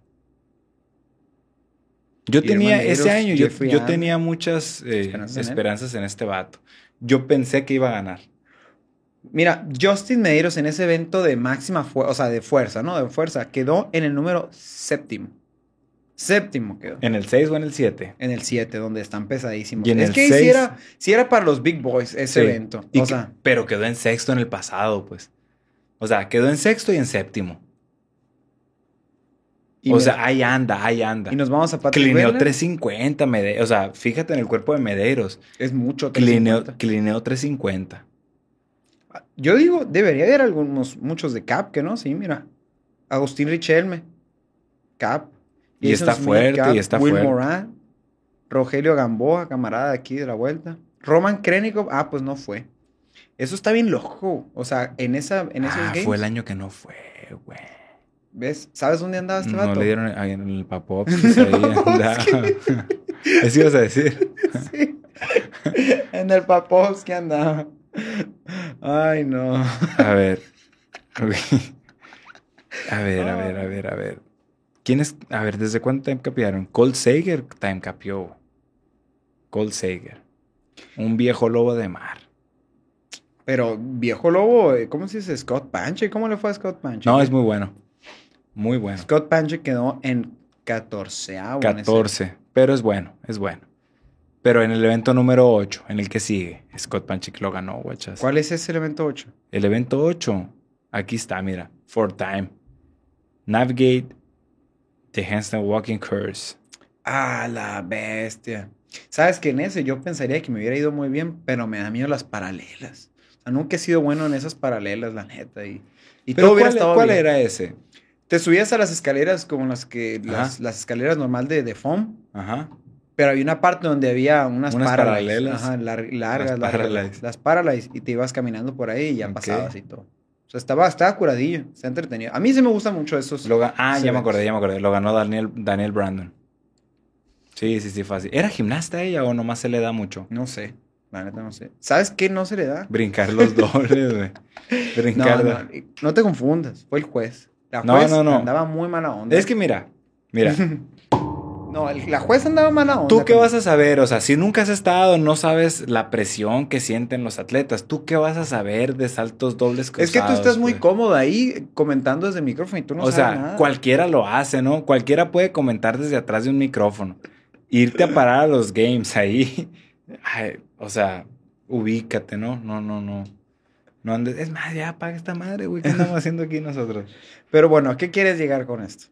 Yo Guillermo tenía, Maleros, ese año, yo, Jeffrey yo Allen. tenía muchas eh, Esperanzas en él. esperanzas en este vato. Yo pensé que iba a ganar. Mira, Justin Medeiros en ese evento de máxima fuerza, o sea, de fuerza, ¿no? De fuerza, quedó en el número séptimo. Séptimo quedó. ¿En el 6 o en el 7? En el 7, donde están pesadísimos. Y en es el que seis- si era, sí era para los Big Boys ese Sí. evento. Y o que- sea, pero quedó en sexto en el pasado, pues. O sea, quedó en sexto y en séptimo. y o mira, sea, ahí anda, ahí anda. y nos vamos a Patrick Clineó Wellner. 350, Mede- o sea, fíjate en el cuerpo de Medeiros. Es mucho. Clineó, 350. clineó 350. Yo digo, debería haber algunos, muchos de Cap, que no, sí, mira. Agustín Richelme, Cap. Y Jason está fuerte, y está Will fuerte. Moran, Rogelio Gamboa, camarada de aquí de la vuelta. Roman Krenikov, ah, pues no fue. Eso está bien loco. O sea, en, esa, en esos ah, games. fue el año que no fue, güey. ¿Ves? ¿Sabes dónde andaba este No vato? le dieron el, ahí en el papop. Eso ibas a decir. Sí. en el Papovsky andaba. Ay, no. A ver. a ver, a ver, a ver, a ver. ¿Quién es? A ver, ¿desde cuándo time capearon? Cold Sager time capeó. Cold Sager. Un viejo lobo de mar. Pero viejo lobo, eh, ¿cómo se dice? Scott Panche. ¿Cómo le fue a Scott Panche? No, es muy bueno. Muy bueno. Scott Panche quedó en 14 14. Pero es bueno, es bueno. Pero en el evento número 8, en el que sigue, Scott Panchik lo ganó, guachas. ¿Cuál es ese elemento 8? El evento 8. Aquí está, mira. For time. Navigate the handstand walking curse. Ah, la bestia. Sabes que en ese yo pensaría que me hubiera ido muy bien, pero me da miedo las paralelas. O sea, nunca he sido bueno en esas paralelas, la neta. Y, y todo Pero hubiera ¿cuál, e- estado cuál bien. era ese? Te subías a las escaleras como las que Ajá. las, las escaleras normal de, de foam, Ajá. pero había una parte donde había unas, Unas paralelas, paralelas. ajá, lar- largas, Las las paralelas. paralelas. Las paralelas y te ibas caminando por ahí y ya Ok. pasabas y todo. O sea, estaba, estaba curadillo, está entretenido. A mí sí me gustan mucho esos. Lo ga- ah, Sí, ya me ves. acordé, ya me acordé. Lo ganó Daniel, Daniel Brandon. Sí, sí, sí, fácil. ¿Era gimnasta ella o nomás se le da mucho? No sé, la neta no sé. ¿Sabes qué no se le da? Brincar los dobles, güey. No, Brincar. no, no te confundas, fue el juez. La No, juez no, no. andaba muy mala onda. Es que mira, mira. No, el- la juez andaba mala onda. ¿Tú qué también. vas a saber? O sea, si nunca has estado, no sabes la presión que sienten los atletas. ¿Tú qué vas a saber de saltos dobles Es que tú cruzados, estás muy güey? cómodo ahí comentando desde el micrófono y tú no o sabes sea, nada. cualquiera lo hace, ¿no? Cualquiera puede comentar desde atrás de un micrófono. Irte a parar a los games ahí. ay, o sea, ubícate, ¿no? No, no, no. No andes. Es más, ya apaga esta madre, güey. ¿Qué andamos haciendo aquí nosotros? Pero bueno, ¿a qué quieres llegar con esto?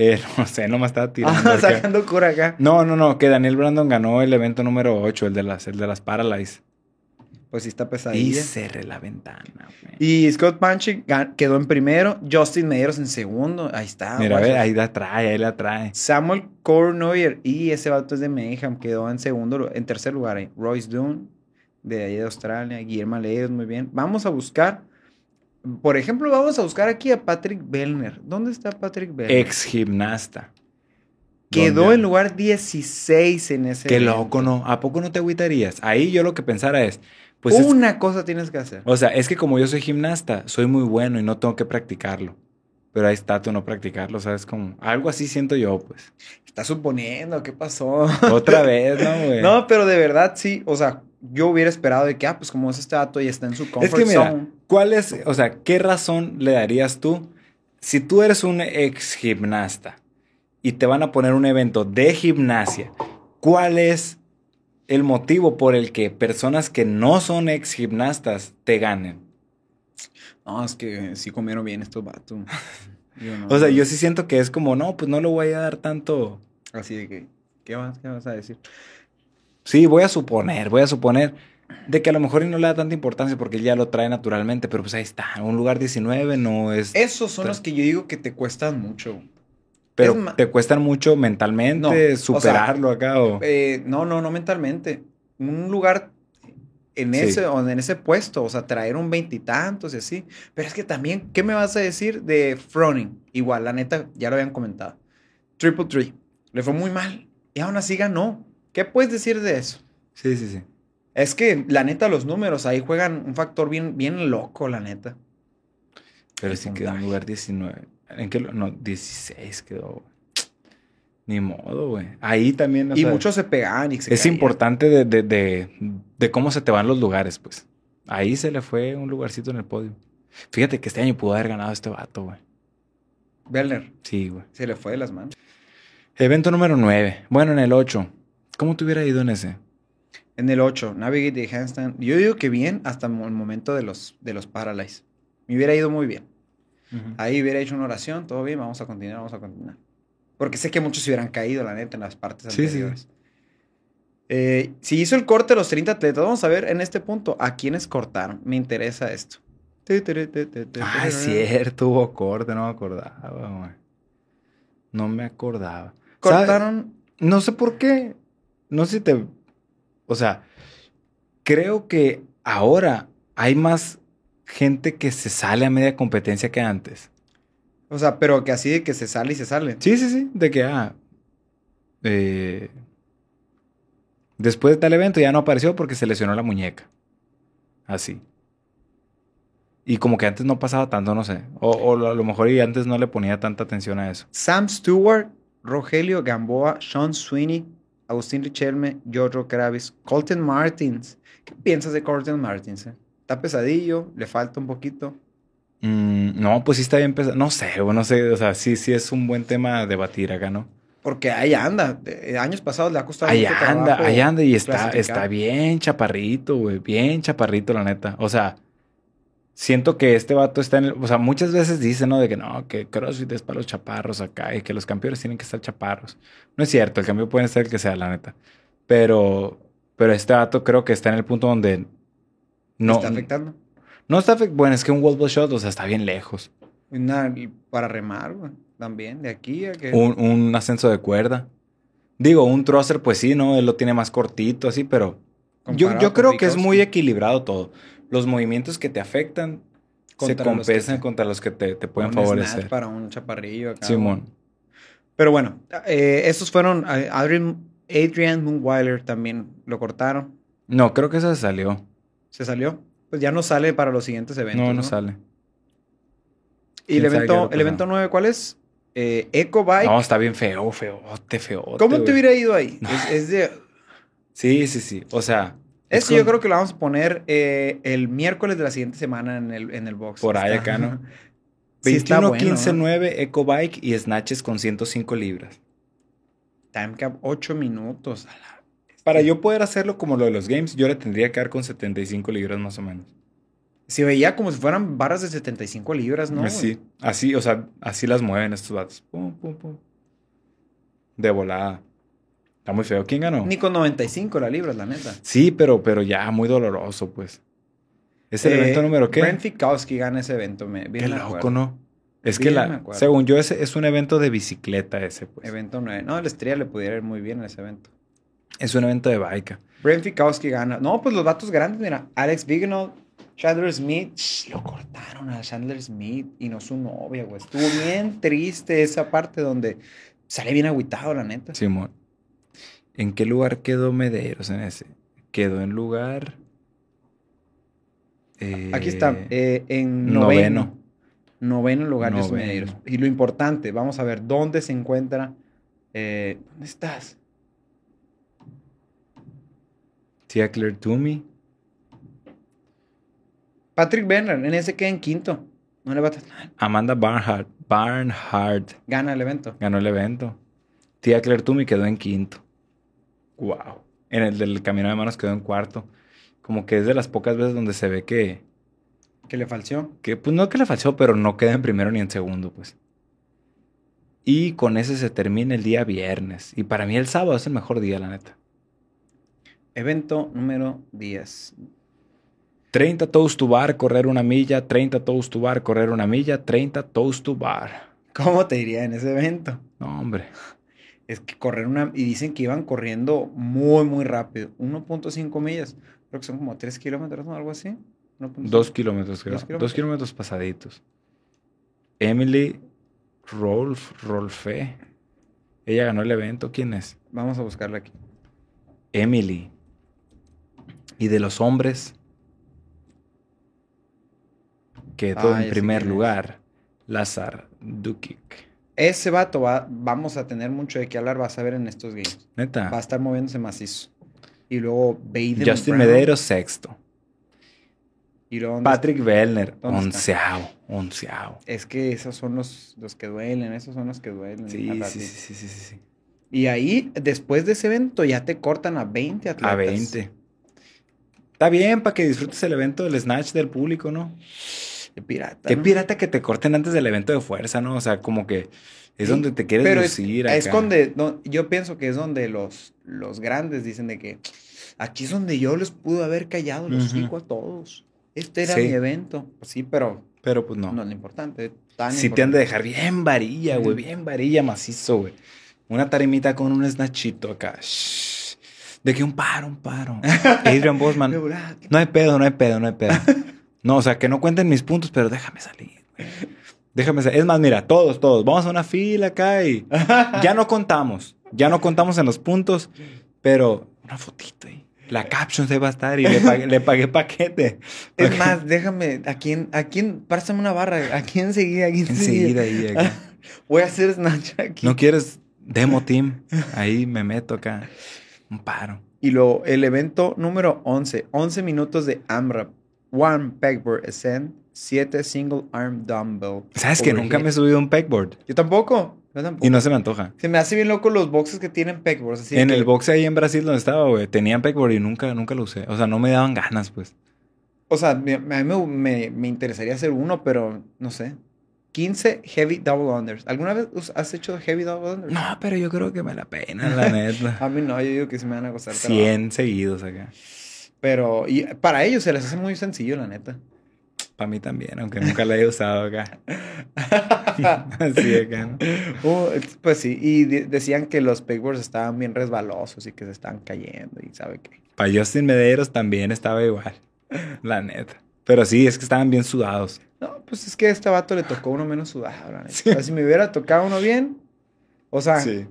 Eh, no sé, nomás estaba tirando. Ah, acá. sacando cura acá. No, no, no, que Daniel Brandon ganó el evento número 8, el de las, el de las Paralyze. Pues sí está Y pesadilla. cerré la ventana, güey. Y Scott Panchik gan- quedó en primero, Justin Medeiros en segundo. Ahí está. Mira, a guachas. ver, ahí la trae, ahí la trae. Samuel Cornoyer y ese vato es de Mayhem, quedó en segundo, lu- en tercer lugar. eh. Royce Dune, de ahí de Australia, Guillermo Leos, muy bien. Vamos a buscar, por ejemplo, vamos a buscar aquí a Patrick Bellner. ¿Dónde está Patrick Bellner? Ex gimnasta. quedó ¿Dónde? en lugar 16 en ese. Qué evento. loco, ¿no? ¿A poco no te agüitarías? Ahí yo lo que pensara es, pues es- Oh. Una cosa tienes que hacer. o sea, es que como yo soy gimnasta, soy muy bueno y no tengo que practicarlo. Pero ahí está tú no practicarlo, ¿sabes? Como algo así siento yo, pues. Está suponiendo, ¿qué pasó? Otra vez, ¿no, güey? No, pero de verdad sí, o sea, yo hubiera esperado de que, ah, pues como es este vato y está en su es comfort que mira, zone. ¿cuál es, o sea, qué razón le darías tú si tú eres un ex gimnasta y te van a poner un evento de gimnasia? ¿Cuál es el motivo por el que personas que no son ex gimnastas te ganen? No, es que sí comieron bien estos vatos. Yo no. O sea, yo sí siento que es como, no, pues no le voy a dar tanto. Así de que, ¿qué vas, qué vas a decir? Sí, voy a suponer, voy a suponer. de que a lo mejor y no le da tanta importancia porque él ya lo trae naturalmente, pero pues ahí está, un lugar 19 no es... Esos son los que yo digo que te cuestan mucho. pero es ma- te cuestan mucho No, o sea, mentalmente superarlo acá o... Eh, no, no, no mentalmente. Un lugar en Sí. ese, o en ese puesto, o sea, traer un veintitantos y, así. Pero es que también, ¿qué me vas a decir de Froning? Igual, la neta, ya lo habían comentado. Triple Three. Le fue muy mal. Y aún así ganó. ¿Qué puedes decir de eso? Sí, sí, sí. Es que, la neta, los números ahí juegan un factor bien, bien loco, la neta. Pero El sí quedó en puntaje. lugar 19. ¿En qué? lo- No, 16 quedó. güey. Ni modo, güey. Ahí también. o y sea, muchos se pegaban y se Es caían. importante de, de- de- de cómo se te van los lugares, pues. Ahí se le fue un lugarcito en el podio. Fíjate que este año pudo haber ganado este vato, güey. Bellner Sí, güey. se le fue de las manos. Evento número 9. Bueno, en el 8. ¿Cómo te hubiera ido en ese? En el 8, Navigate the Handstand. Yo digo que bien hasta el momento de los, de los Paralyze. Me hubiera ido muy bien. Ahí hubiera hecho una oración, todo bien, vamos a continuar, vamos a continuar. Porque sé que muchos se hubieran caído, la neta, en las partes Sí, sí, sí. anteriores. Eh, si hizo el corte de los 30 atletas, vamos a ver en este punto a quiénes cortaron. Me interesa esto. Ah, es cierto, hubo corte, no me acordaba, güey. No me acordaba. ¿Sabes? Cortaron. No sé por qué. No sé si te. O sea, creo que ahora hay más gente que se sale a media competencia que antes. O sea, pero que así de que se sale y se sale. Sí, sí, sí. De que, ah. eh, después de tal evento ya no apareció porque se lesionó la muñeca. Así. Y como que antes no pasaba tanto, no sé. O, o a lo mejor y antes no le ponía tanta atención a eso. Sam Stewart, Rogelio Gamboa, Sean Sweeney, Agustín Richelme, Giorgio Kravis, Colton Martins. ¿Qué piensas de Colton Martins? eh? Está pesadillo, le falta un poquito. Mm, no, pues sí está bien pesado. No sé, güey, no sé. O sea, sí, sí es un buen tema a debatir acá, ¿no? Porque ahí anda. de- eh, años pasados le ha costado Ahí mucho anda, trabajo ahí anda y está, clasificar. está bien chaparrito, güey. Bien chaparrito, la neta. O sea, siento que este vato está en el... O sea, muchas veces dicen, ¿no? De que no, que CrossFit es para los chaparros acá y que los campeones tienen que estar chaparros. No es cierto, el campeón puede ser el que sea, la neta. Pero, pero este vato creo que está en el punto donde... No, Está afectando. no está afectando. Bueno, es que un wall ball shot, o sea, está bien lejos. Una- para remar, güey, También, de aquí a que. un, un ascenso de cuerda. Digo, un thruster, pues sí, ¿no? Él lo tiene más cortito, así, pero yo, comparado con yo creo que es Bukowski. muy equilibrado todo. Los movimientos que te afectan Contra se los que compensan te- contra los que te, te pueden Un snatch favorecer. Para un chaparrillo acá. Simón. Pero bueno, eh, estos fueron. eh, Adrian, Adrian Moonweiler también lo cortaron. No, creo que esa se salió. ¿Se salió? Pues ya no sale para los siguientes eventos. no, no sale. ¿Y el ¿Quién sabe qué evento, habrá el evento pasado? 9 cuál es? Eh, Eco Bike. No, está bien feo, feo, te feo. ¿Cómo te hubiera ido ahí? Es, es de, Sí, sí, sí. O sea, es es que yo con- creo que lo vamos a poner eh, el miércoles de la siguiente semana en el, en el box. Por ahí Está- acá, ¿no? Sí está 21, bueno, 15, ¿no? 9, Eco Bike y Snatches con 105 libras. Time cap 8 minutos. a la- Para yo poder hacerlo como lo de los games, yo le tendría que dar con 75 libras más o menos. Se veía como si fueran barras de 75 libras, ¿no? güey? así, así, o sea, así las mueven estos vatos. Pum, pum, pum. De volada. Está muy feo. ¿Quién ganó? Ni con 95 las libras, la neta. Sí, pero, pero ya, muy doloroso, pues. ¿Es el Eh, evento número qué? Brent Fikowski gana ese evento. Me, bien qué me loco, acuerdo. ¿no? Es que Bien me la, acuerdo. según yo, ese es un evento de bicicleta ese, pues. Evento 9. No, la estrella le pudiera ir muy bien en ese evento. Es un evento de baica. Brent Fikowski gana. No, pues los vatos grandes, mira. Alex Bignall, Chandler Smith. Shh, lo cortaron a Chandler Smith y no su novia, güey. Estuvo bien triste esa parte donde sale bien agüitado, la neta. Simón. ¿En qué lugar quedó Medeiros en ese? Quedó en lugar. Aquí está, eh, eh, en noveno. noveno. Noveno lugar Luis Noveno. Medeiros. Y lo importante, vamos a ver dónde se encuentra. eh, ¿Dónde estás? Tia Claire Toomey. Patrick Bernard, en ese queda en quinto. No le va tan mal. Amanda Barnhart. Barnhart. Gana el evento. Ganó el evento. Tía Claire Toomey quedó en quinto. Wow. En el del camino de manos quedó en cuarto. Como que es de las pocas veces donde se ve que, Que le falció. que pues no que le falsó, pero no queda en primero ni en segundo, pues. Y con ese se termina el día viernes. Y para mí el sábado es el mejor día, la neta. Evento número 10. 30 toes to bar, correr una milla, 30 toes to bar, correr una milla, 30 toes to bar. ¿Cómo te diría en ese evento? No, hombre. Es que correr una... Y dicen que iban corriendo muy, muy rápido. 1.5 millas. Creo que son como 3 kilómetros o algo así. 1.5. Dos kilómetros, creo. Dos Dos kilómetros. kilómetros, pasaditos. Emily Rolf, Rolfe. Ella ganó el evento. ¿Quién es? Vamos a buscarla aquí. Emily. Y de los hombres, quedó Ah, ya en sé primer quién es. lugar Lazar Dukic. Ese vato va, vamos a tener mucho de qué hablar, vas a ver en estos games. Neta. Va a estar moviéndose macizo. Y luego Baden Justin Brown, Medeiros, sexto. Y luego ¿dónde Patrick Bellner, ¿Dónde onceavo. Onceavo. Es que esos son los, los que duelen, esos son los que duelen. Sí, al sí, ratito. sí, sí, sí, sí, sí. Y ahí, después de ese evento, ya te cortan a 20 atletas. A 20. Está bien para que disfrutes el evento del snatch del público, ¿no? Qué pirata. Qué ¿no? pirata que te corten antes del evento de fuerza, ¿no? O sea, como que Sí, es donde te quieres Pero es, lucir es acá. donde, no, yo pienso que es donde los, los grandes dicen de que aquí es donde yo les pudo haber callado los Ujú. cinco a todos. Este era Sí. mi evento. Sí, pero Pero pues no. no, es lo importante. Tan Sí te han importante. de dejar bien varilla, güey. Bien varilla, macizo, güey. Una tarimita con un snatchito acá. Shhh. De que un paro, un paro. Adrian De Bosman. volada, No hay pedo, no hay pedo, no hay pedo. No, o sea, que no cuenten mis puntos, pero déjame salir. güey. Déjame salir. Es más, mira, todos, todos. Vamos a una fila acá y ya no contamos. Ya no contamos en los puntos, pero una fotito ahí. La caption se va a estar y le pagué, le pagué paquete. Es más, déjame, ¿a quién, a quién, pásame una barra, ¿a quién seguía? ¿A quién seguía? Enseguida ahí. acá. Voy a hacer snatch aquí. ¿No quieres demo team? Ahí me meto acá. Un paro. Y luego, el evento número 11, 11 minutos de AMRAP, one pegboard ascent, 7 single arm dumbbell. ¿Sabes que nunca me he subido a un pegboard? Yo tampoco, yo tampoco. Y no se me antoja. Se me hace bien loco los boxes que tienen pegboards. Así de en que- el boxe ahí en Brasil donde estaba, güey, tenían pegboard y nunca, nunca lo usé. O sea, no me daban ganas, pues. O sea, me- a mí me, me- me interesaría hacer uno, pero no sé. 15 heavy double unders. ¿Alguna vez us- has hecho heavy double unders? No, pero yo creo que me la pena, la neta. A mí no, yo digo que sí me van a costar trabajo. 100 seguidos acá. Pero y para ellos se les hace muy sencillo, la neta. Para mí también, aunque nunca la he usado acá. Así acá, ¿no? Oh, es- pues sí, y de- decían que los pegboards estaban bien resbalosos y que se estaban cayendo y sabe qué. Para Justin Medeiros también estaba igual. La neta. Pero sí, es que estaban bien sudados. No, pues es que a este vato le tocó uno menos sudado, la neta. Sí. O sea, si me hubiera tocado uno bien, o sea, Sí.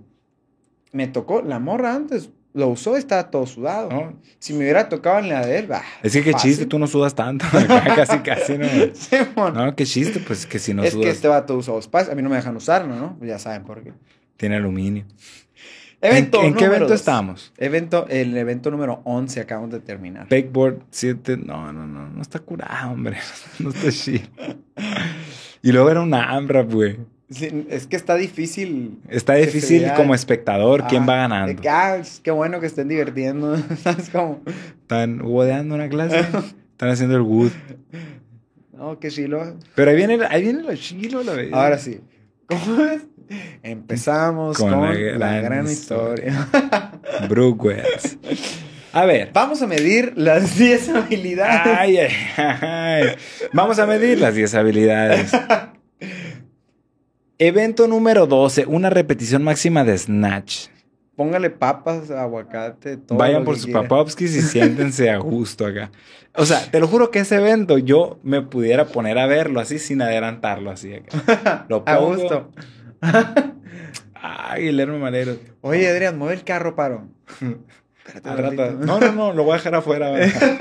me tocó, la morra antes lo usó, estaba todo sudado. ¿No? Si me hubiera tocado en la de él, bah, Es que qué fácil. chiste, tú no sudas tanto. Acá casi, casi, ¿no? Simón. No, qué chiste, pues que si no es que sudas, este vato usa Ospaz, a mí no me dejan usarlo, ¿no? Ya saben por qué. tiene aluminio. Evento ¿En, en qué número evento dos. estamos? Evento, el evento número 11 acabamos de terminar. Pegboard 7. No, no, no, no está curado, hombre. No está chido. Y luego era una hambra, güey. Sí, es que está difícil. Está Que se difícil vea- como espectador quién Ah, va de ganando. que, ah, es- qué bueno que estén divirtiendo. ¿Sabes cómo? Están bodeando una clase. Están haciendo el wood. No, qué chilo. Pero ahí viene, ahí viene lo chilo, la verdad. Ahora sí. ¿Cómo es? Empezamos con, Con la, la gran gran historia. historia. Brooke, güey. A ver. Vamos a medir las 10 habilidades. Ay, ay, ay. Vamos a medir las 10 habilidades. Evento número 12, una repetición máxima de Snatch. Póngale papas, aguacate, todo. Vayan lo por que sus quiera. papovskis y siéntense a gusto acá. O sea, te lo juro que ese evento yo me pudiera poner a verlo así sin adelantarlo así acá. Lo A pongo. gusto. Ay, Guillermo Manero. Oye, Adrián, mueve el carro, paro. Espérate, Al rato- tantito. No, no, no, lo voy a dejar afuera. ¿verdad?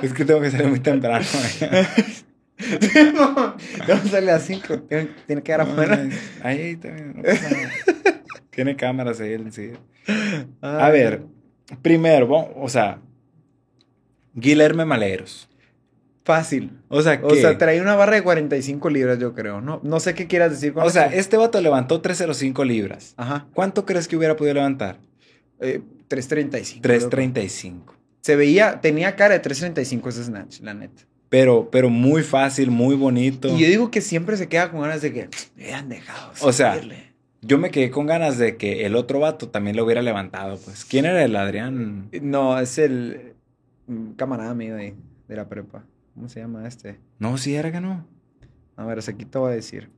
es que tengo que salir muy temprano. Vamos a las 5. Tiene, tiene que quedar afuera. Ahí, ahí también. no pasa nada. Tiene cámaras ahí el sí. A ver, primero, vamos, o sea, Guillermo Maleros. Fácil. O sea, que, O sea, trae una barra de 45 libras, yo creo. No, no sé qué quieras decir con o sea eso. este vato levantó 305 libras. Ajá. ¿Cuánto crees que hubiera podido levantar? Eh, 3.35. 335. Se veía, tenía cara de 3.35 ese snatch, la neta. Pero, pero muy fácil, muy bonito. Y yo digo que siempre se queda con ganas de que me han dejado. O sea, seguirle". yo me quedé con ganas de que el otro vato también lo hubiera levantado, pues. ¿Quién era el Adrián? Eh, No, es el mm, camarada mío de, de la prepa. ¿Cómo se llama este? No, sí, era que no. A ver, aquí te voy a decir.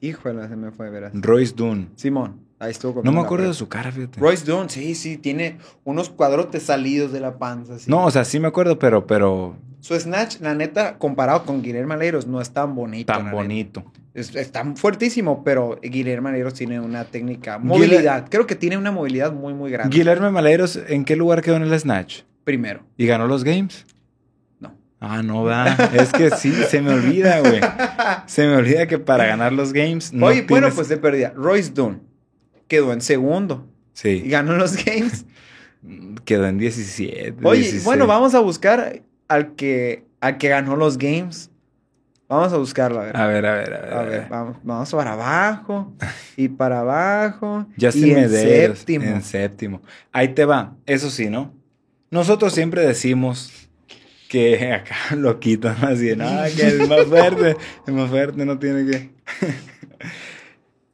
Híjole, se me fue, verás. Royce Dunn. Simón, ahí estuvo No conmigo me en la acuerdo de prepa. su cara, fíjate. Royce Dunn, sí, sí, tiene unos cuadrotes salidos de la panza. así. No, o sea, sí me acuerdo, pero, pero Su snatch, la neta, comparado con Guillermo Aleiros, no es tan bonito. la tan neta. bonito. Es, es tan fuertísimo, pero Guillermo Aleiros tiene una técnica. Guille- Movilidad. Creo que tiene una movilidad muy, muy grande. Guillermo Maleros, ¿en qué lugar quedó en el Snatch? Primero. ¿Y ganó los games? No. Ah, no, va. Es que sí, se me olvida, güey. Se me olvida que para ganar los games. No Oye, bueno, tienes- pues de pérdida. Royce Dunn quedó en segundo. Y Sí, ganó los games. quedó en 17. Oye, 16. bueno, vamos a buscar al que, al que ganó los games. Vamos a buscarlo, a ver. A ver, a ver, a ver. A ver, vamos, vamos para abajo y para abajo. Justin y en Medeiros, séptimo. En séptimo. Ahí te va. Eso sí, ¿no? Nosotros siempre decimos que acá lo quitan así de nada, que es más fuerte, es más fuerte, no tiene que.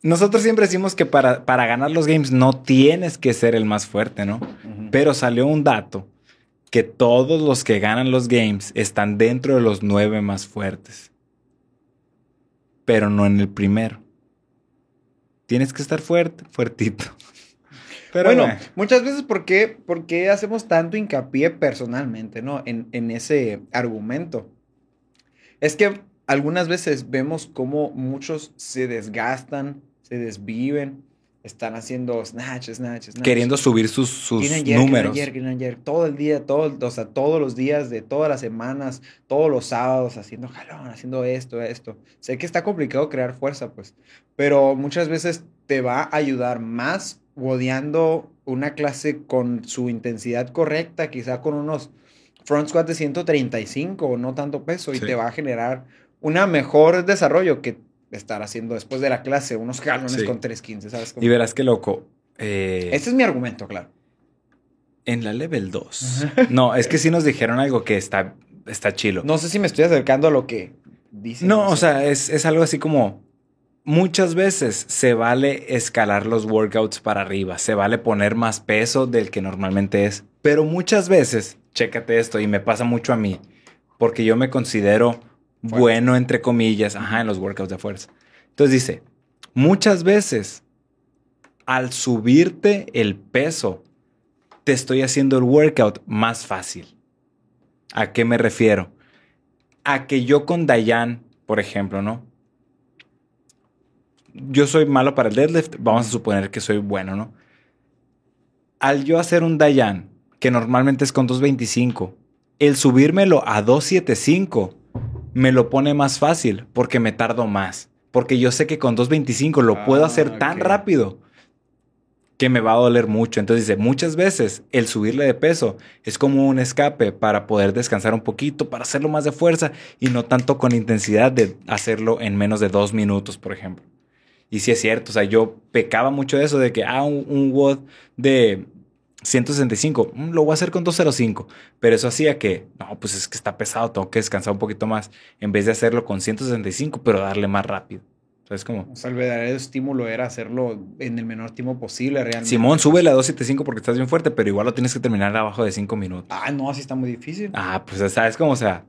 Nosotros siempre decimos que para, para ganar los games no tienes que ser el más fuerte, ¿no? Ujú. Pero salió un dato que todos los que ganan los games están dentro de los nueve más fuertes. Pero no en el primero. Tienes que estar fuerte, fuertito. Pero bueno, bueno, muchas veces, ¿por qué, por qué hacemos tanto hincapié personalmente, no? En, en ese argumento. Es que algunas veces vemos cómo muchos se desgastan, se desviven, están haciendo snatch, snatch, snatch. queriendo subir sus, sus Clean and jerk, clean and números. jerk, clean and jerk, todo el día, todo, o sea, todos los días de todas las semanas, todos los sábados, haciendo jalón, haciendo esto, esto. Sé que está complicado crear fuerza, pues, pero muchas veces te va a ayudar más bodeando una clase con su intensidad correcta, quizá con unos front squat de 135 o no tanto peso, y Sí. te va a generar una mejor desarrollo que estar haciendo después de la clase unos jalones Sí. con 315, ¿sabes? cómo? y verás qué loco. eh, Ese es mi argumento, claro. En la level 2. No, es que sí nos dijeron algo que está, está chilo. No sé si me estoy acercando a lo que dicen. No, o sé. sea, es, es algo así como muchas veces se vale escalar los workouts para arriba, se vale poner más peso del que normalmente es, pero muchas veces, chécate esto y me pasa mucho a mí, porque yo me considero Fuerte. bueno, entre comillas, ajá, en los workouts de fuerza. Entonces dice, muchas veces al subirte el peso, te estoy haciendo el workout más fácil. ¿A qué me refiero? A que yo con Dayan, por ejemplo, ¿no? Yo soy malo para el deadlift, vamos a suponer que soy bueno, ¿no? Al yo hacer un Dayan, que normalmente es con 225, el subírmelo a 275 me lo pone más fácil porque me tardo más. Porque yo sé que con 225 lo puedo Ah, hacer tan ok. rápido que me va a doler mucho. Entonces dice, muchas veces el subirle de peso es como un escape para poder descansar un poquito, para hacerlo más de fuerza y no tanto con intensidad de hacerlo en menos de dos minutos, por ejemplo. Y sí es cierto, o sea, yo pecaba mucho de eso, de que, ah, un, un WOD de 165, mm, lo voy a hacer con 205, pero eso hacía que, no, pues es que está pesado, tengo que descansar un poquito más, en vez de hacerlo con 165, pero darle más rápido. O sea, es como, O sea, el verdadero estímulo era hacerlo en el menor tiempo posible realmente. Simón, sube la 275 porque estás bien fuerte, pero igual lo tienes que terminar abajo de 5 minutos. Ah, no, así está muy difícil. Ah, pues sabes cómo, o sea,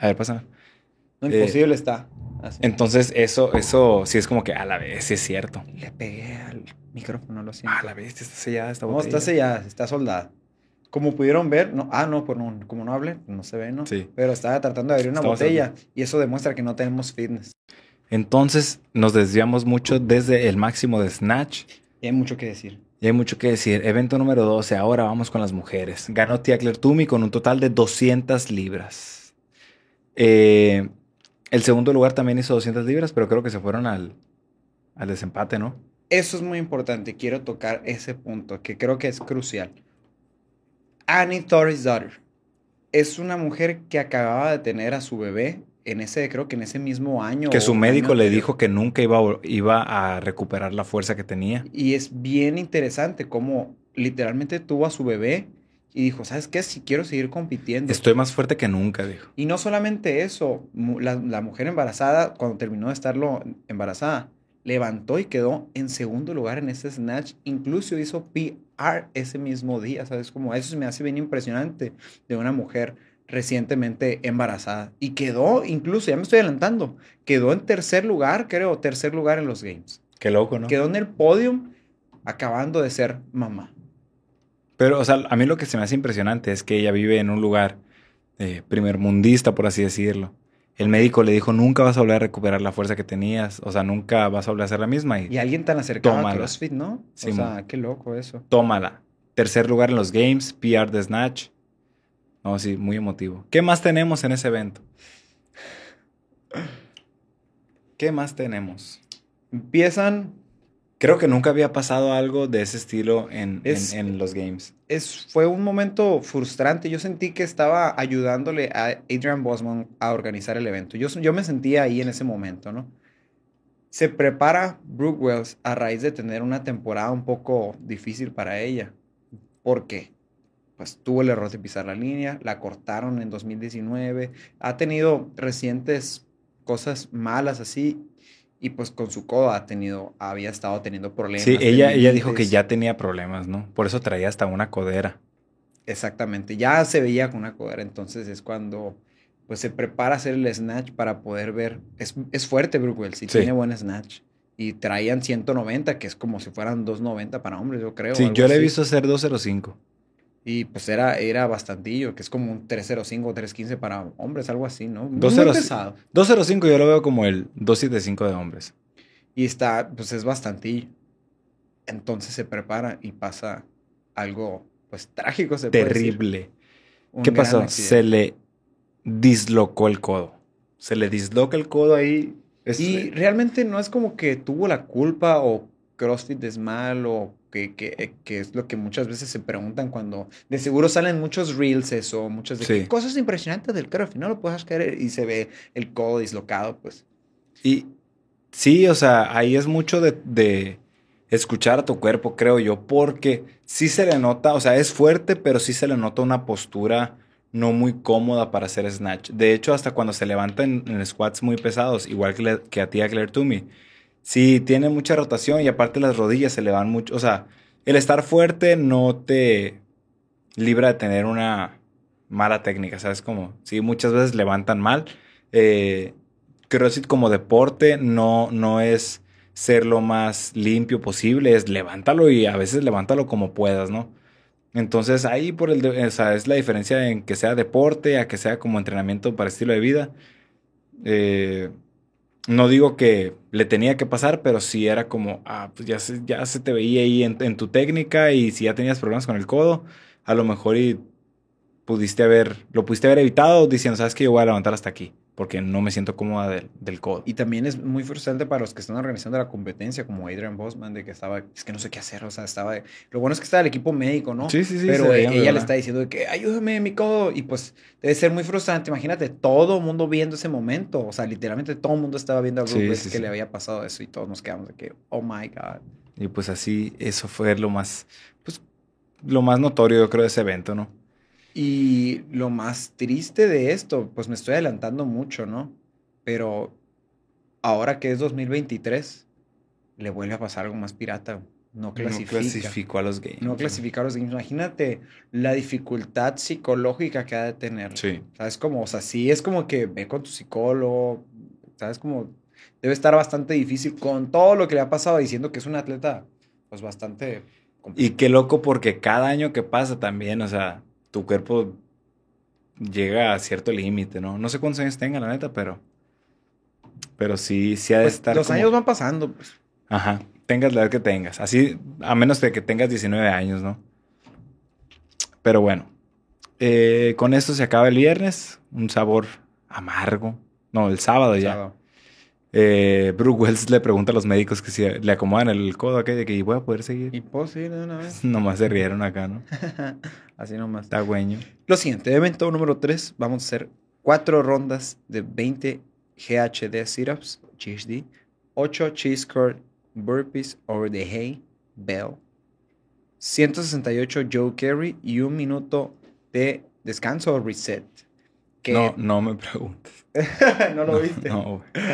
a ver, pasa. no, eh, imposible está. Así. Entonces, eso, eso sí es como que a la vez, sí es cierto. Le pegué al micrófono, lo siento. A Ah, la vez, está sellada esta no, está sellada, está soldada. Como pudieron ver, no, ah, no, pues no, como no hablé, no se ve, ¿no? Sí. Pero estaba tratando de abrir una Estamos botella y eso demuestra que no tenemos fitness. Entonces, nos desviamos mucho desde el máximo de Snatch. Y hay mucho que decir. Y hay mucho que decir. Evento número 12. Ahora vamos con las mujeres. Ganó Tia Tumi con un total de 200 libras. Eh, el segundo lugar también hizo 200 libras, pero creo que se fueron al, al desempate, ¿no? Eso es muy importante. Quiero tocar ese punto que creo que es crucial. Annie Torres Daughter es una mujer que acababa de tener a su bebé en ese, creo que en ese mismo año. Que o su año médico le anterior. dijo que nunca iba, a vol- iba a recuperar la fuerza que tenía. Y es bien interesante cómo literalmente tuvo a su bebé y dijo, ¿sabes qué? Si quiero seguir compitiendo. Estoy más fuerte que nunca, dijo. Y no solamente eso, mu- la, la mujer embarazada, cuando terminó de estarlo embarazada, levantó y quedó en segundo lugar en ese snatch. Incluso hizo PR ese mismo día, ¿sabes? Como eso se me hace bien impresionante de una mujer recientemente embarazada. Y quedó, incluso, ya me estoy adelantando, quedó en tercer lugar, creo, tercer lugar en los games. Qué loco, ¿no? Quedó en el podium acabando de ser mamá. Pero, o sea, a mí lo que se me hace impresionante es que ella vive en un lugar eh, primermundista, por así decirlo. El médico le dijo, nunca vas a volver a recuperar la fuerza que tenías, o sea, nunca vas a volver a ser la misma. Y, Y alguien tan acercado a Tómala. CrossFit, ¿no? Sí, o sea, mo. qué loco eso. tómala. Tercer lugar en los games, PR de Snatch. No, sí, muy emotivo. ¿Qué más tenemos en ese evento? ¿Qué más tenemos? Empiezan, Creo que nunca había pasado algo de ese estilo en, en- Es- en los games. es, fue un momento frustrante. Yo sentí que estaba ayudándole a Adrian Bosman a organizar el evento. Yo, yo me sentía ahí en ese momento, ¿no? Se prepara Brooke Wells a raíz de tener una temporada un poco difícil para ella. ¿Por qué? Pues tuvo el error de pisar la línea, la cortaron en 2019, ha tenido recientes cosas malas así y pues con su codo ha tenido, había estado teniendo problemas. Sí, ella, ella dijo que tendinitis. ya tenía problemas, ¿no? Por eso traía hasta una codera. Exactamente, ya se veía con una codera, entonces es cuando pues se prepara a hacer el snatch para poder ver. Es, es fuerte Brooke Wells y Sí. tiene buen snatch. Y traían 190, que es como si fueran 290 para hombres, yo creo. Sí, algo yo le he así. visto hacer 205. Y pues era, era bastantillo, que es como un 305 o 315 para hombres, algo así, ¿no? Muy 205. pesado. 205 yo lo veo como el 275 de hombres. Y está, pues es bastantillo. Entonces se prepara y pasa algo, pues trágico, se puede decir. Terrible. Un ¿Qué gran pasó? accidente. Se le dislocó el codo. Se le disloca el codo ahí. Es- Y realmente no es como que tuvo la culpa o CrossFit es mal o que, que, eh, que es lo que muchas veces se preguntan cuando de seguro salen muchos reels eso, muchas de que Sí. cosas impresionantes del CrossFit, no lo puedes creer y se ve el codo dislocado, pues Y sí, o sea, ahí es mucho de, de escuchar a tu cuerpo, creo yo, porque sí se le nota, o sea, es fuerte, pero sí se le nota una postura no muy cómoda para hacer snatch. De hecho, hasta cuando se levanta en, en squats muy pesados, igual que, le- que a tía Claire Toomey, sí tiene mucha rotación y aparte las rodillas se le van mucho, o sea, el estar fuerte no te libra de tener una mala técnica, ¿sabes? Como, sí, muchas veces levantan mal. Eh, CrossFit como deporte no, no es ser lo más limpio posible, es levántalo y a veces levántalo como puedas, ¿no? Entonces ahí por el, de- o sea, es la diferencia en que sea deporte a que sea como entrenamiento para estilo de vida. Eh, no digo que le tenía que pasar, pero sí era como, ah, pues ya se, ya se te veía ahí en, en tu técnica y si ya tenías problemas con el codo, a lo mejor y pudiste haber, lo pudiste haber evitado diciendo, sabes que yo voy a levantar hasta aquí, porque no me siento cómoda del, del codo. Y también es muy frustrante para los que están organizando la competencia, como Adrian Bosman, de que estaba, es que no sé qué hacer, o sea, estaba, lo bueno es que estaba el equipo médico, ¿no? Sí, sí, sí, se Pero veía eh, muy ella le buena. está diciendo de que ayúdame, mi codo. Y pues debe ser muy frustrante. Imagínate todo el mundo viendo ese momento. O sea, literalmente todo el mundo estaba viendo a Brooke Sí, Wells sí, que sí. le había pasado eso y todos nos quedamos de que, oh my God. Y pues así, eso fue lo más, pues, lo más notorio, yo creo, de ese evento, ¿no? Y lo más triste de esto, pues me estoy adelantando mucho, ¿no? Pero ahora que es 2023, le vuelve a pasar algo más pirata. No clasifica. No clasificó a los games. No clasificar los games. Imagínate la dificultad psicológica que ha de tener. Sí. ¿Sabes cómo? O sea, sí es como que ve con tu psicólogo, ¿sabes cómo? Debe estar bastante difícil con todo lo que le ha pasado diciendo que es un atleta, pues bastante Y complicado. qué loco porque cada año que pasa también, o sea, tu cuerpo llega a cierto límite, ¿no? No sé cuántos años tenga, la neta, pero... Pero sí, sí ha de Pues, estar los como- años van pasando, pues. Ajá, tengas la edad que tengas. Así, a menos de que tengas 19 años, ¿no? Pero bueno, eh, con esto se acaba el viernes. Un sabor amargo. No, el sábado ya. Sábado. Eh, Brooke Wells le pregunta a los médicos que si le acomodan el codo aquello de que voy a poder seguir. Y puedo seguir de una vez. Nomás se rieron acá, ¿no? Así nomás. Está güeño. Lo siguiente, evento número 3, vamos a hacer 4 rondas de 20 GHD sit-ups, GHD, 8 cheese curl burpees over the hay, bell, 168 Joe Carry y un minuto de descanso o reset. Que No, no me preguntes. no lo viste. No, güey.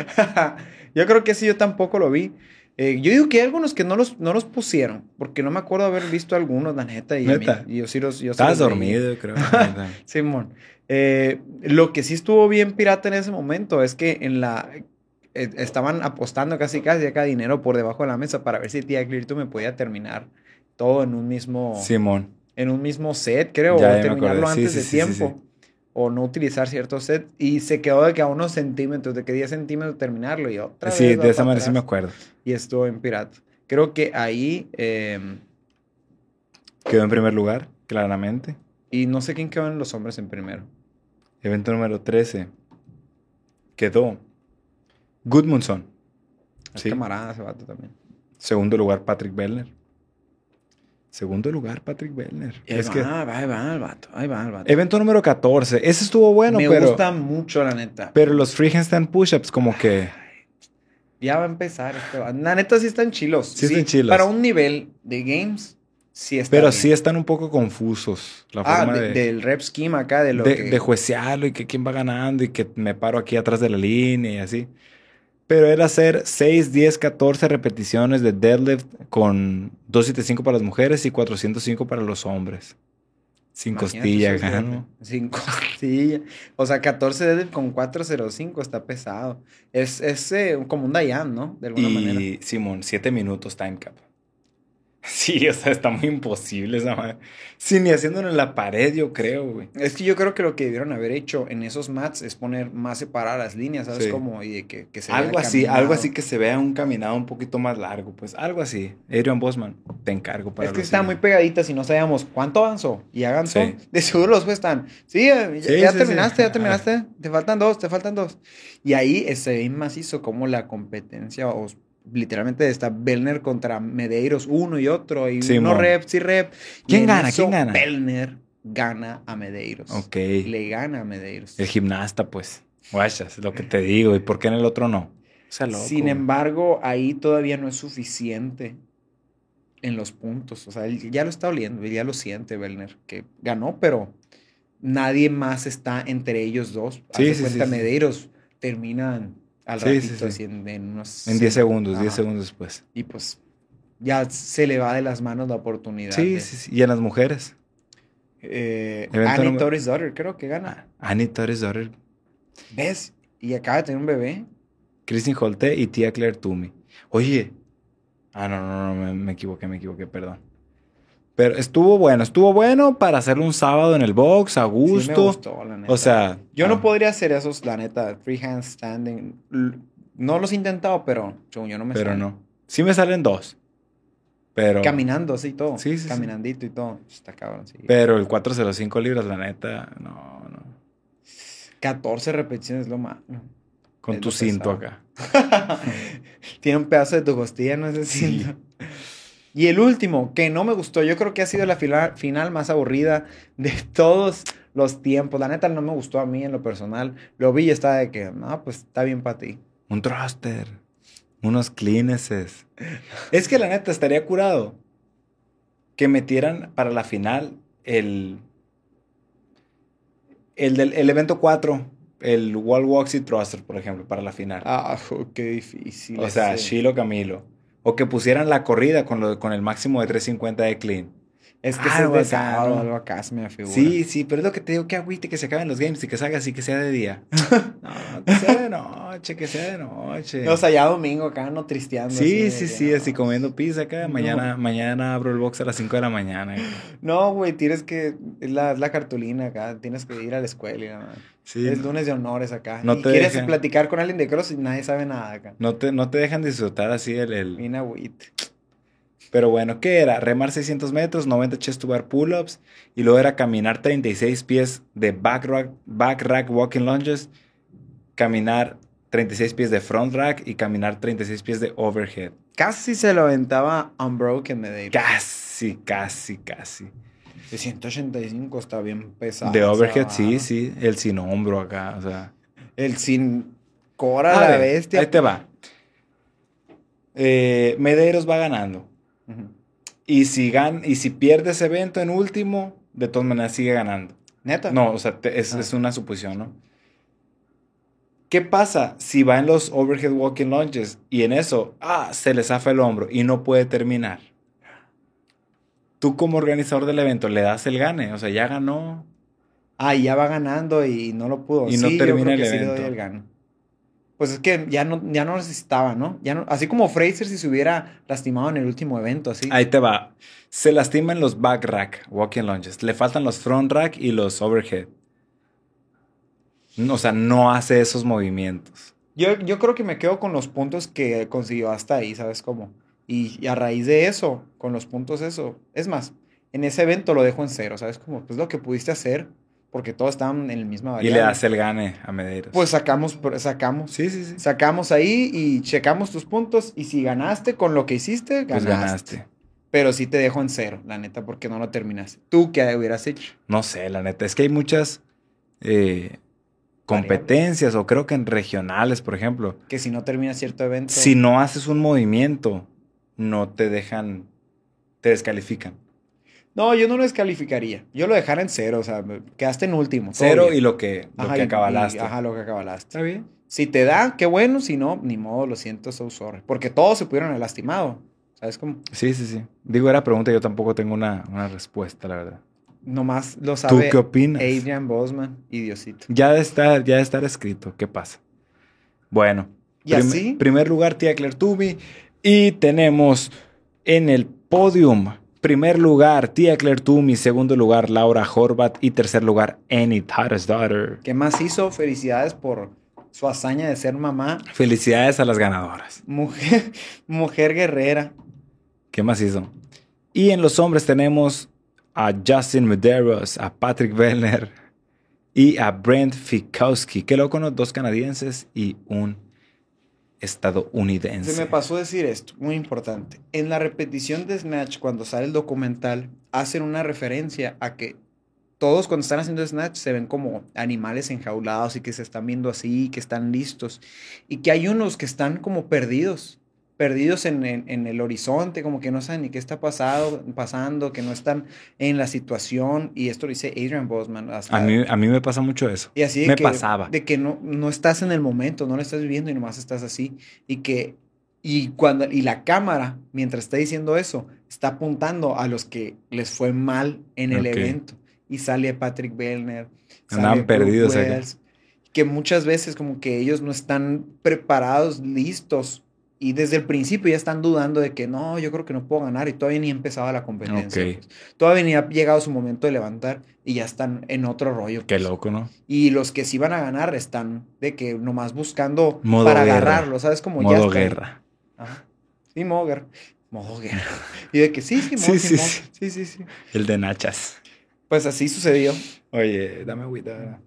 yo creo que sí, yo tampoco lo vi. Eh, yo digo que hay algunos que no los, no los pusieron, porque no me acuerdo haber visto algunos, la neta. Y, a mí- Neta. y yo sí los. Yo sí Estabas los leí. dormido, creo. neta. Simón. Eh, lo que sí estuvo bien pirata en ese momento es que en la eh, estaban apostando casi casi acá dinero por debajo de la mesa para ver si Tía Clearto me podía terminar todo en un mismo Simón. en un mismo set, creo, Ya, ya o me terminarlo acordé. Sí, antes sí, de sí, sí, tiempo. O no utilizar cierto set. Y se quedó de que a unos centímetros, de que 10 centímetros terminarlo. Y otra Sí, vez va de esa para manera sí atrás me acuerdo. y estuvo en pirata. Creo que ahí, eh, Quedó en primer lugar, claramente. y no sé quién quedó en los hombres en primero. Evento número 13. Quedó Goodmundson. Es Sí. camarada ese vato también. Segundo lugar, Patrick Bellner. Segundo lugar, Patrick Bellner. Y ahí Es va, que. ahí va el vato, ahí va el vato. Evento número 14. Ese estuvo bueno, Me pero. gusta mucho, la neta. Pero los free handstand push-ups, como que. Ya va a empezar este vato. La neta sí están chilos. Sí están chilos. Para un nivel de games, sí está Pero bien. sí están un poco confusos. La Ah, forma de- de. del rep scheme acá, de lo de, que... de juecearlo y que quién va ganando y que me paro aquí atrás de la línea y así. Pero era hacer 6, 10, 14 repeticiones de deadlift con 275 para las mujeres y 405 para los hombres. Sin Imagínate, costilla, eso es grande. gano. Sin costilla. O sea, 14 deadlift con 405 está pesado. Es, es eh, como un Dayan, ¿no? De alguna Y manera. Simón, 7 minutos time cap. Sí, o sea, está muy imposible esa madre. Sí, ni haciéndolo en la pared, yo creo, güey. Es que yo creo que lo que debieron haber hecho en esos mats es poner más separadas las líneas, ¿sabes? Sí. Como, y de que, que se vea Algo así, algo caminado. así que se vea un caminado un poquito más largo, pues algo así. Adrian Bosman, te encargo para Es que los están muy siguientes. pegaditas y no sabíamos cuánto avanzó y hagan Sí. todo. De seguro los jueces están. Sí, eh, ya, Sí, ya sí, terminaste, sí. ya terminaste. Te faltan dos, te faltan dos. Y ahí eh, se ve macizo como la competencia, o s- literalmente está Belner contra Medeiros, uno y otro, y Sí, uno mon. rep, sí rep. Y ¿Quién en gana? eso ¿Quién gana? Belner gana a Medeiros. Ok. Pues, Le gana a Medeiros. El gimnasta, pues. Guachas, lo que te digo. ¿Y por qué en el otro no? O sea, loco, Sin güey. embargo, ahí todavía no es suficiente en los puntos. O sea, él ya lo está oliendo, ya lo siente Belner, que ganó, pero nadie más está entre ellos dos. Sí, Hace sí, cuenta, sí, sí. Medeiros terminan al Sí, sí, ratito, sí. así en, en unos... En 10 segundos, Ajá. 10 segundos después. Y pues ya se le va de las manos la oportunidad. Sí, de- sí, sí. ¿Y en las mujeres? Eh, Evento Annie número- Ah. Torres Daughter creo que gana. Annie Torres Daughter, ¿Ves? Y acaba de tener un bebé. Kristin Holte y tía Claire Toomey. Oye. Ah, no, no, no, me, me equivoqué, me equivoqué, perdón. Pero estuvo bueno, estuvo bueno para hacerlo un sábado en el box, a Sí me gusto. gustó, la neta. o sea, Yo ah, no podría hacer esos, la neta, freehand standing. L- No los he intentado, pero según yo no me Pero salen. no. Sí me salen dos. Pero. Caminando así y todo. Sí, sí, sí. Caminandito y todo. Está cabrón, sí. Pero el 405 libras, la neta, no, no. 14 repeticiones es lo más. Con Es tu lo cinto pesado. acá. Tiene un pedazo de tu costilla, no sé Sí. si. Y el último, que no me gustó, yo creo que ha sido la fila- final más aburrida de todos los tiempos. La neta no me gustó a mí en lo personal. Lo vi y estaba de que, no, pues está bien para ti. Un thruster. Unos cleaneses. Es que la neta estaría curado que metieran para la final el. El, del, el evento 4, el Wall Walks y Thruster, por ejemplo, para la final. Ah, jo, qué difícil. o sea, ese. Shilo Camilo. O que pusieran la corrida con, lo- con el máximo de 350 de clean. Es que Algo algo es de acá, sábado, ¿no? algo acá se me figura. Sí, sí, pero es lo que te digo, que agüite que se acaben los games y que salga así, que sea de día. no, que sea de noche, que sea de noche. No, o sea, ya domingo acá no tristeando. sí, así sí, de que, sí, no. así comiendo pizza acá. No. Mañana, mañana abro el box a las 5 de la mañana. güey. No, güey, tienes que. Es la, es la cartulina acá, tienes que ir a la escuela y nada más. Sí, es no, lunes de honores acá. No y te quieres dejan. platicar con alguien de cross y nadie sabe nada acá. no te, no te dejan disfrutar así el... el- Mina wit. Pero bueno, ¿qué era? Remar 600 metros, 90 chest to bar pull-ups y luego era caminar 36 pies de back rack, back rack walking lunges, caminar 36 pies de front rack y caminar 36 pies de overhead. Casi se lo aventaba Unbroken Medeiros. Casi, casi, casi. De 185 está bien pesado. De esa overhead, vara. sí, sí. El sin hombro acá, o sea. El sin Cora, A la ver, bestia. pues. Ahí te va. Eh, Medeiros va ganando. Ujú. Y si, gan y si pierde ese evento en último, de todas maneras sigue ganando. Neta. No, o sea, te- es, Ah. es una suposición, ¿no? ¿Qué pasa si va en los overhead walking lunges y en eso, ah, se le zafa el hombro y no puede terminar? Tú como organizador del evento le das el gane, o sea, ya ganó Ah, y ya va ganando y no lo pudo. Y no Sí, yo termina creo el que sí le evento. doy el gano. Pues es que ya no, ya no necesitaba, ¿no? Ya no- así como Fraser si se hubiera lastimado en el último evento, así. Ahí te va. Se lastiman los back rack, walking lunges. Le faltan los front rack y los overhead. No, O sea, no hace esos movimientos. Yo, yo creo que me quedo con los puntos que consiguió hasta ahí, ¿sabes cómo? Y, y a raíz de eso, con los puntos eso. Es más, en ese evento lo dejo en cero, ¿sabes cómo? Pues lo que pudiste hacer, porque todos estaban en el misma Y variable. le das el gane a Medeiros. Pues sacamos, sacamos. sí, sí, sí. Sacamos ahí y checamos tus puntos. Y si ganaste con lo que hiciste, Pues ganaste. ganaste. Pero sí te dejo en cero, la neta, porque no lo terminaste. ¿Tú qué hubieras hecho? No sé, la neta. Es que hay muchas eh, competencias o creo que en regionales, por ejemplo. Que si no terminas cierto evento. Si no haces un movimiento, no te dejan, te descalifican. No, yo no lo descalificaría. Yo lo dejara en cero, o sea, me- quedaste en último. todo Cero bien. y lo que, lo Ajá, que y- y- acabalaste. Ajá, lo que acabalaste. Está bien. Si te da, qué bueno. Si no, ni modo, lo siento, so sorry. Porque todos se pudieron haber lastimado. ¿Sabes cómo? Sí, sí, sí. Digo, era pregunta, yo tampoco tengo una, una respuesta, la verdad. Nomás lo ¿Tú sabe qué opinas? Adrian Bosman y Diosito. Ya de estar, ya de estar escrito, ¿qué pasa? Bueno. ¿Y prim- así? Primer lugar, tía Claire Tubi. Y tenemos en el podium, primer lugar, tía Claire Tubi. Segundo lugar, Laura Horvat. Y tercer lugar, Annie Tara's Daughter. ¿Qué más hizo? Felicidades por su hazaña de ser mamá. Felicidades a las ganadoras. Mujer, mujer guerrera. ¿Qué más hizo? Y en los hombres tenemos a Justin Medeiros, a Patrick Bellner y a Brent Fikowski. Qué loco, ¿no? Dos canadienses y un estadounidense. Se me pasó decir esto, muy importante. En la repetición de Snatch, cuando sale el documental, hacen una referencia a que todos cuando están haciendo Snatch se ven como animales enjaulados y que se están viendo así, que están listos. Y que hay unos que están como perdidos, perdidos en, en- en el horizonte, como que no saben ni qué está pasado, pasando, que no están en la situación. Y esto lo dice Adrian Bosman. hasta- A mí, a mí me pasa mucho eso. y así de Me que, pasaba. De que no, no estás en el momento, no lo estás viviendo y nomás estás así. Y que. Y, cuando, y la cámara, mientras está diciendo eso, está apuntando a los que les fue mal en el Ok. evento. Y sale Patrick Bellner. sale Andaban Brooke perdidos acá. Wells, Que muchas veces como que ellos no están preparados, listos. Y desde el principio ya están dudando de que no, yo creo que no puedo ganar. Y todavía ni empezaba la competencia. Ok. pues. Todavía ni ha llegado su momento de levantar. Y ya están en otro rollo. Qué pues. loco, ¿no? Y los que sí van a ganar están de que nomás buscando Modo para guerra. agarrarlo, ¿sabes? Como ya Modo está. guerra. Ajá. Sí, modo guerra. Modo guerra. Y de que sí, sí, Sí, modo, sí, sí, modo. sí. sí, sí, sí. El de Nachas. Pues así sucedió. Oye, dame agüita.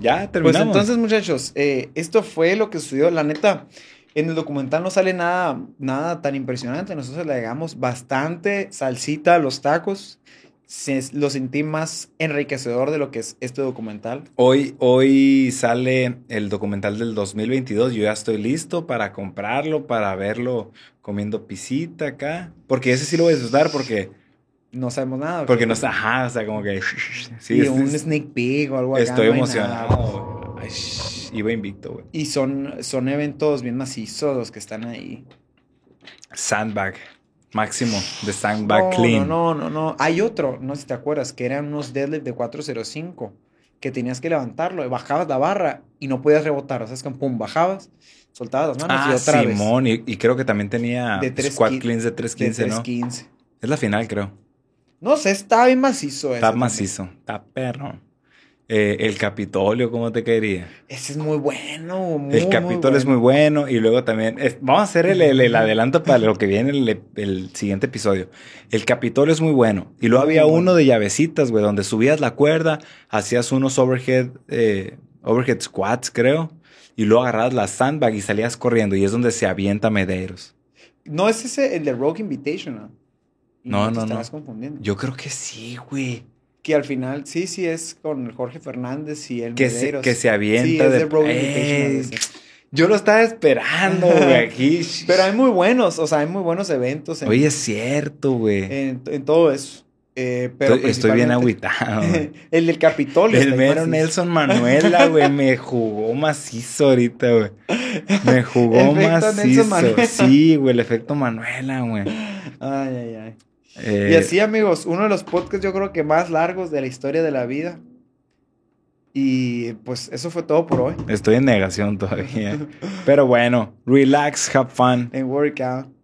Ya Pues terminamos. entonces, muchachos, eh, esto fue lo que sucedió. La neta, en el documental no sale nada, nada tan impresionante. Nosotros le agregamos bastante salsita a los tacos. Se- lo sentí más enriquecedor de lo que es este documental. Hoy, hoy sale el documental del 2022. Yo ya estoy listo para comprarlo, para verlo comiendo pisita acá. Porque ese sí lo voy a disfrutar porque, No sabemos nada. porque no está, ajá, o sea, como que. Sí, y es- un es- sneak peek o algo acá, estoy no hay nada. emocionado. güey. Ay, sh- iba invicto, güey. Y son, son eventos bien macizos los que están ahí. Sandbag, máximo de Sandbag no, Clean. no, no, no, no. Hay otro, no sé si te acuerdas, que eran unos deadlift de 405 que tenías que levantarlo, y bajabas la barra y no podías rebotar. O sea, es que pum, bajabas, soltabas las manos Ah, y otra Simón, y, y creo que también tenía pues, De tres Squad quin- Cleans de vez. De 315, ¿no? 315. ¿no? Es la final, creo. sé, está bien macizo ese Está también. macizo, está perro. Eh, el Capitolio, ¿cómo te quería? Ese es muy bueno. Muy, El capítulo es muy bueno y luego también es- vamos a hacer el, el- el adelanto para lo que viene el, el siguiente episodio. El capítulo es muy bueno y luego había Muy bueno. uno de llavecitas, güey, donde subías la cuerda, hacías unos overhead eh, overhead squats, creo, y luego agarrabas la sandbag y salías corriendo y es donde se avienta Medeiros. No es ese el de Rogue Invitational. Y No, te no, no. estarás confundiendo. Yo creo que sí, güey. Que al final, sí, sí, es con el Jorge Fernández y el Que se, Medeiros. que se avienta Sí, es de- de Rogue ¡Ey! Invitational. ese. Yo lo estaba esperando, güey, aquí. Pero hay muy buenos, o sea, hay muy buenos eventos en, Oye, es cierto, güey. en, en todo eso. Eh, pero Estoy, estoy bien principalmente- agüitado. güey. el del Capitolio. El está mero macizo. Nelson Manuela, güey, me jugó macizo ahorita, güey. Me jugó Efecto macizo. Nelson Manuela. Sí, güey, el efecto Manuela, güey. Ay, ay, ay. Eh, Y así, amigos, uno de los podcasts yo creo que más largos de la historia de la vida. Y pues eso fue todo Eh, por hoy Estoy en negación todavía. Pero bueno, relax, have fun. en Workout.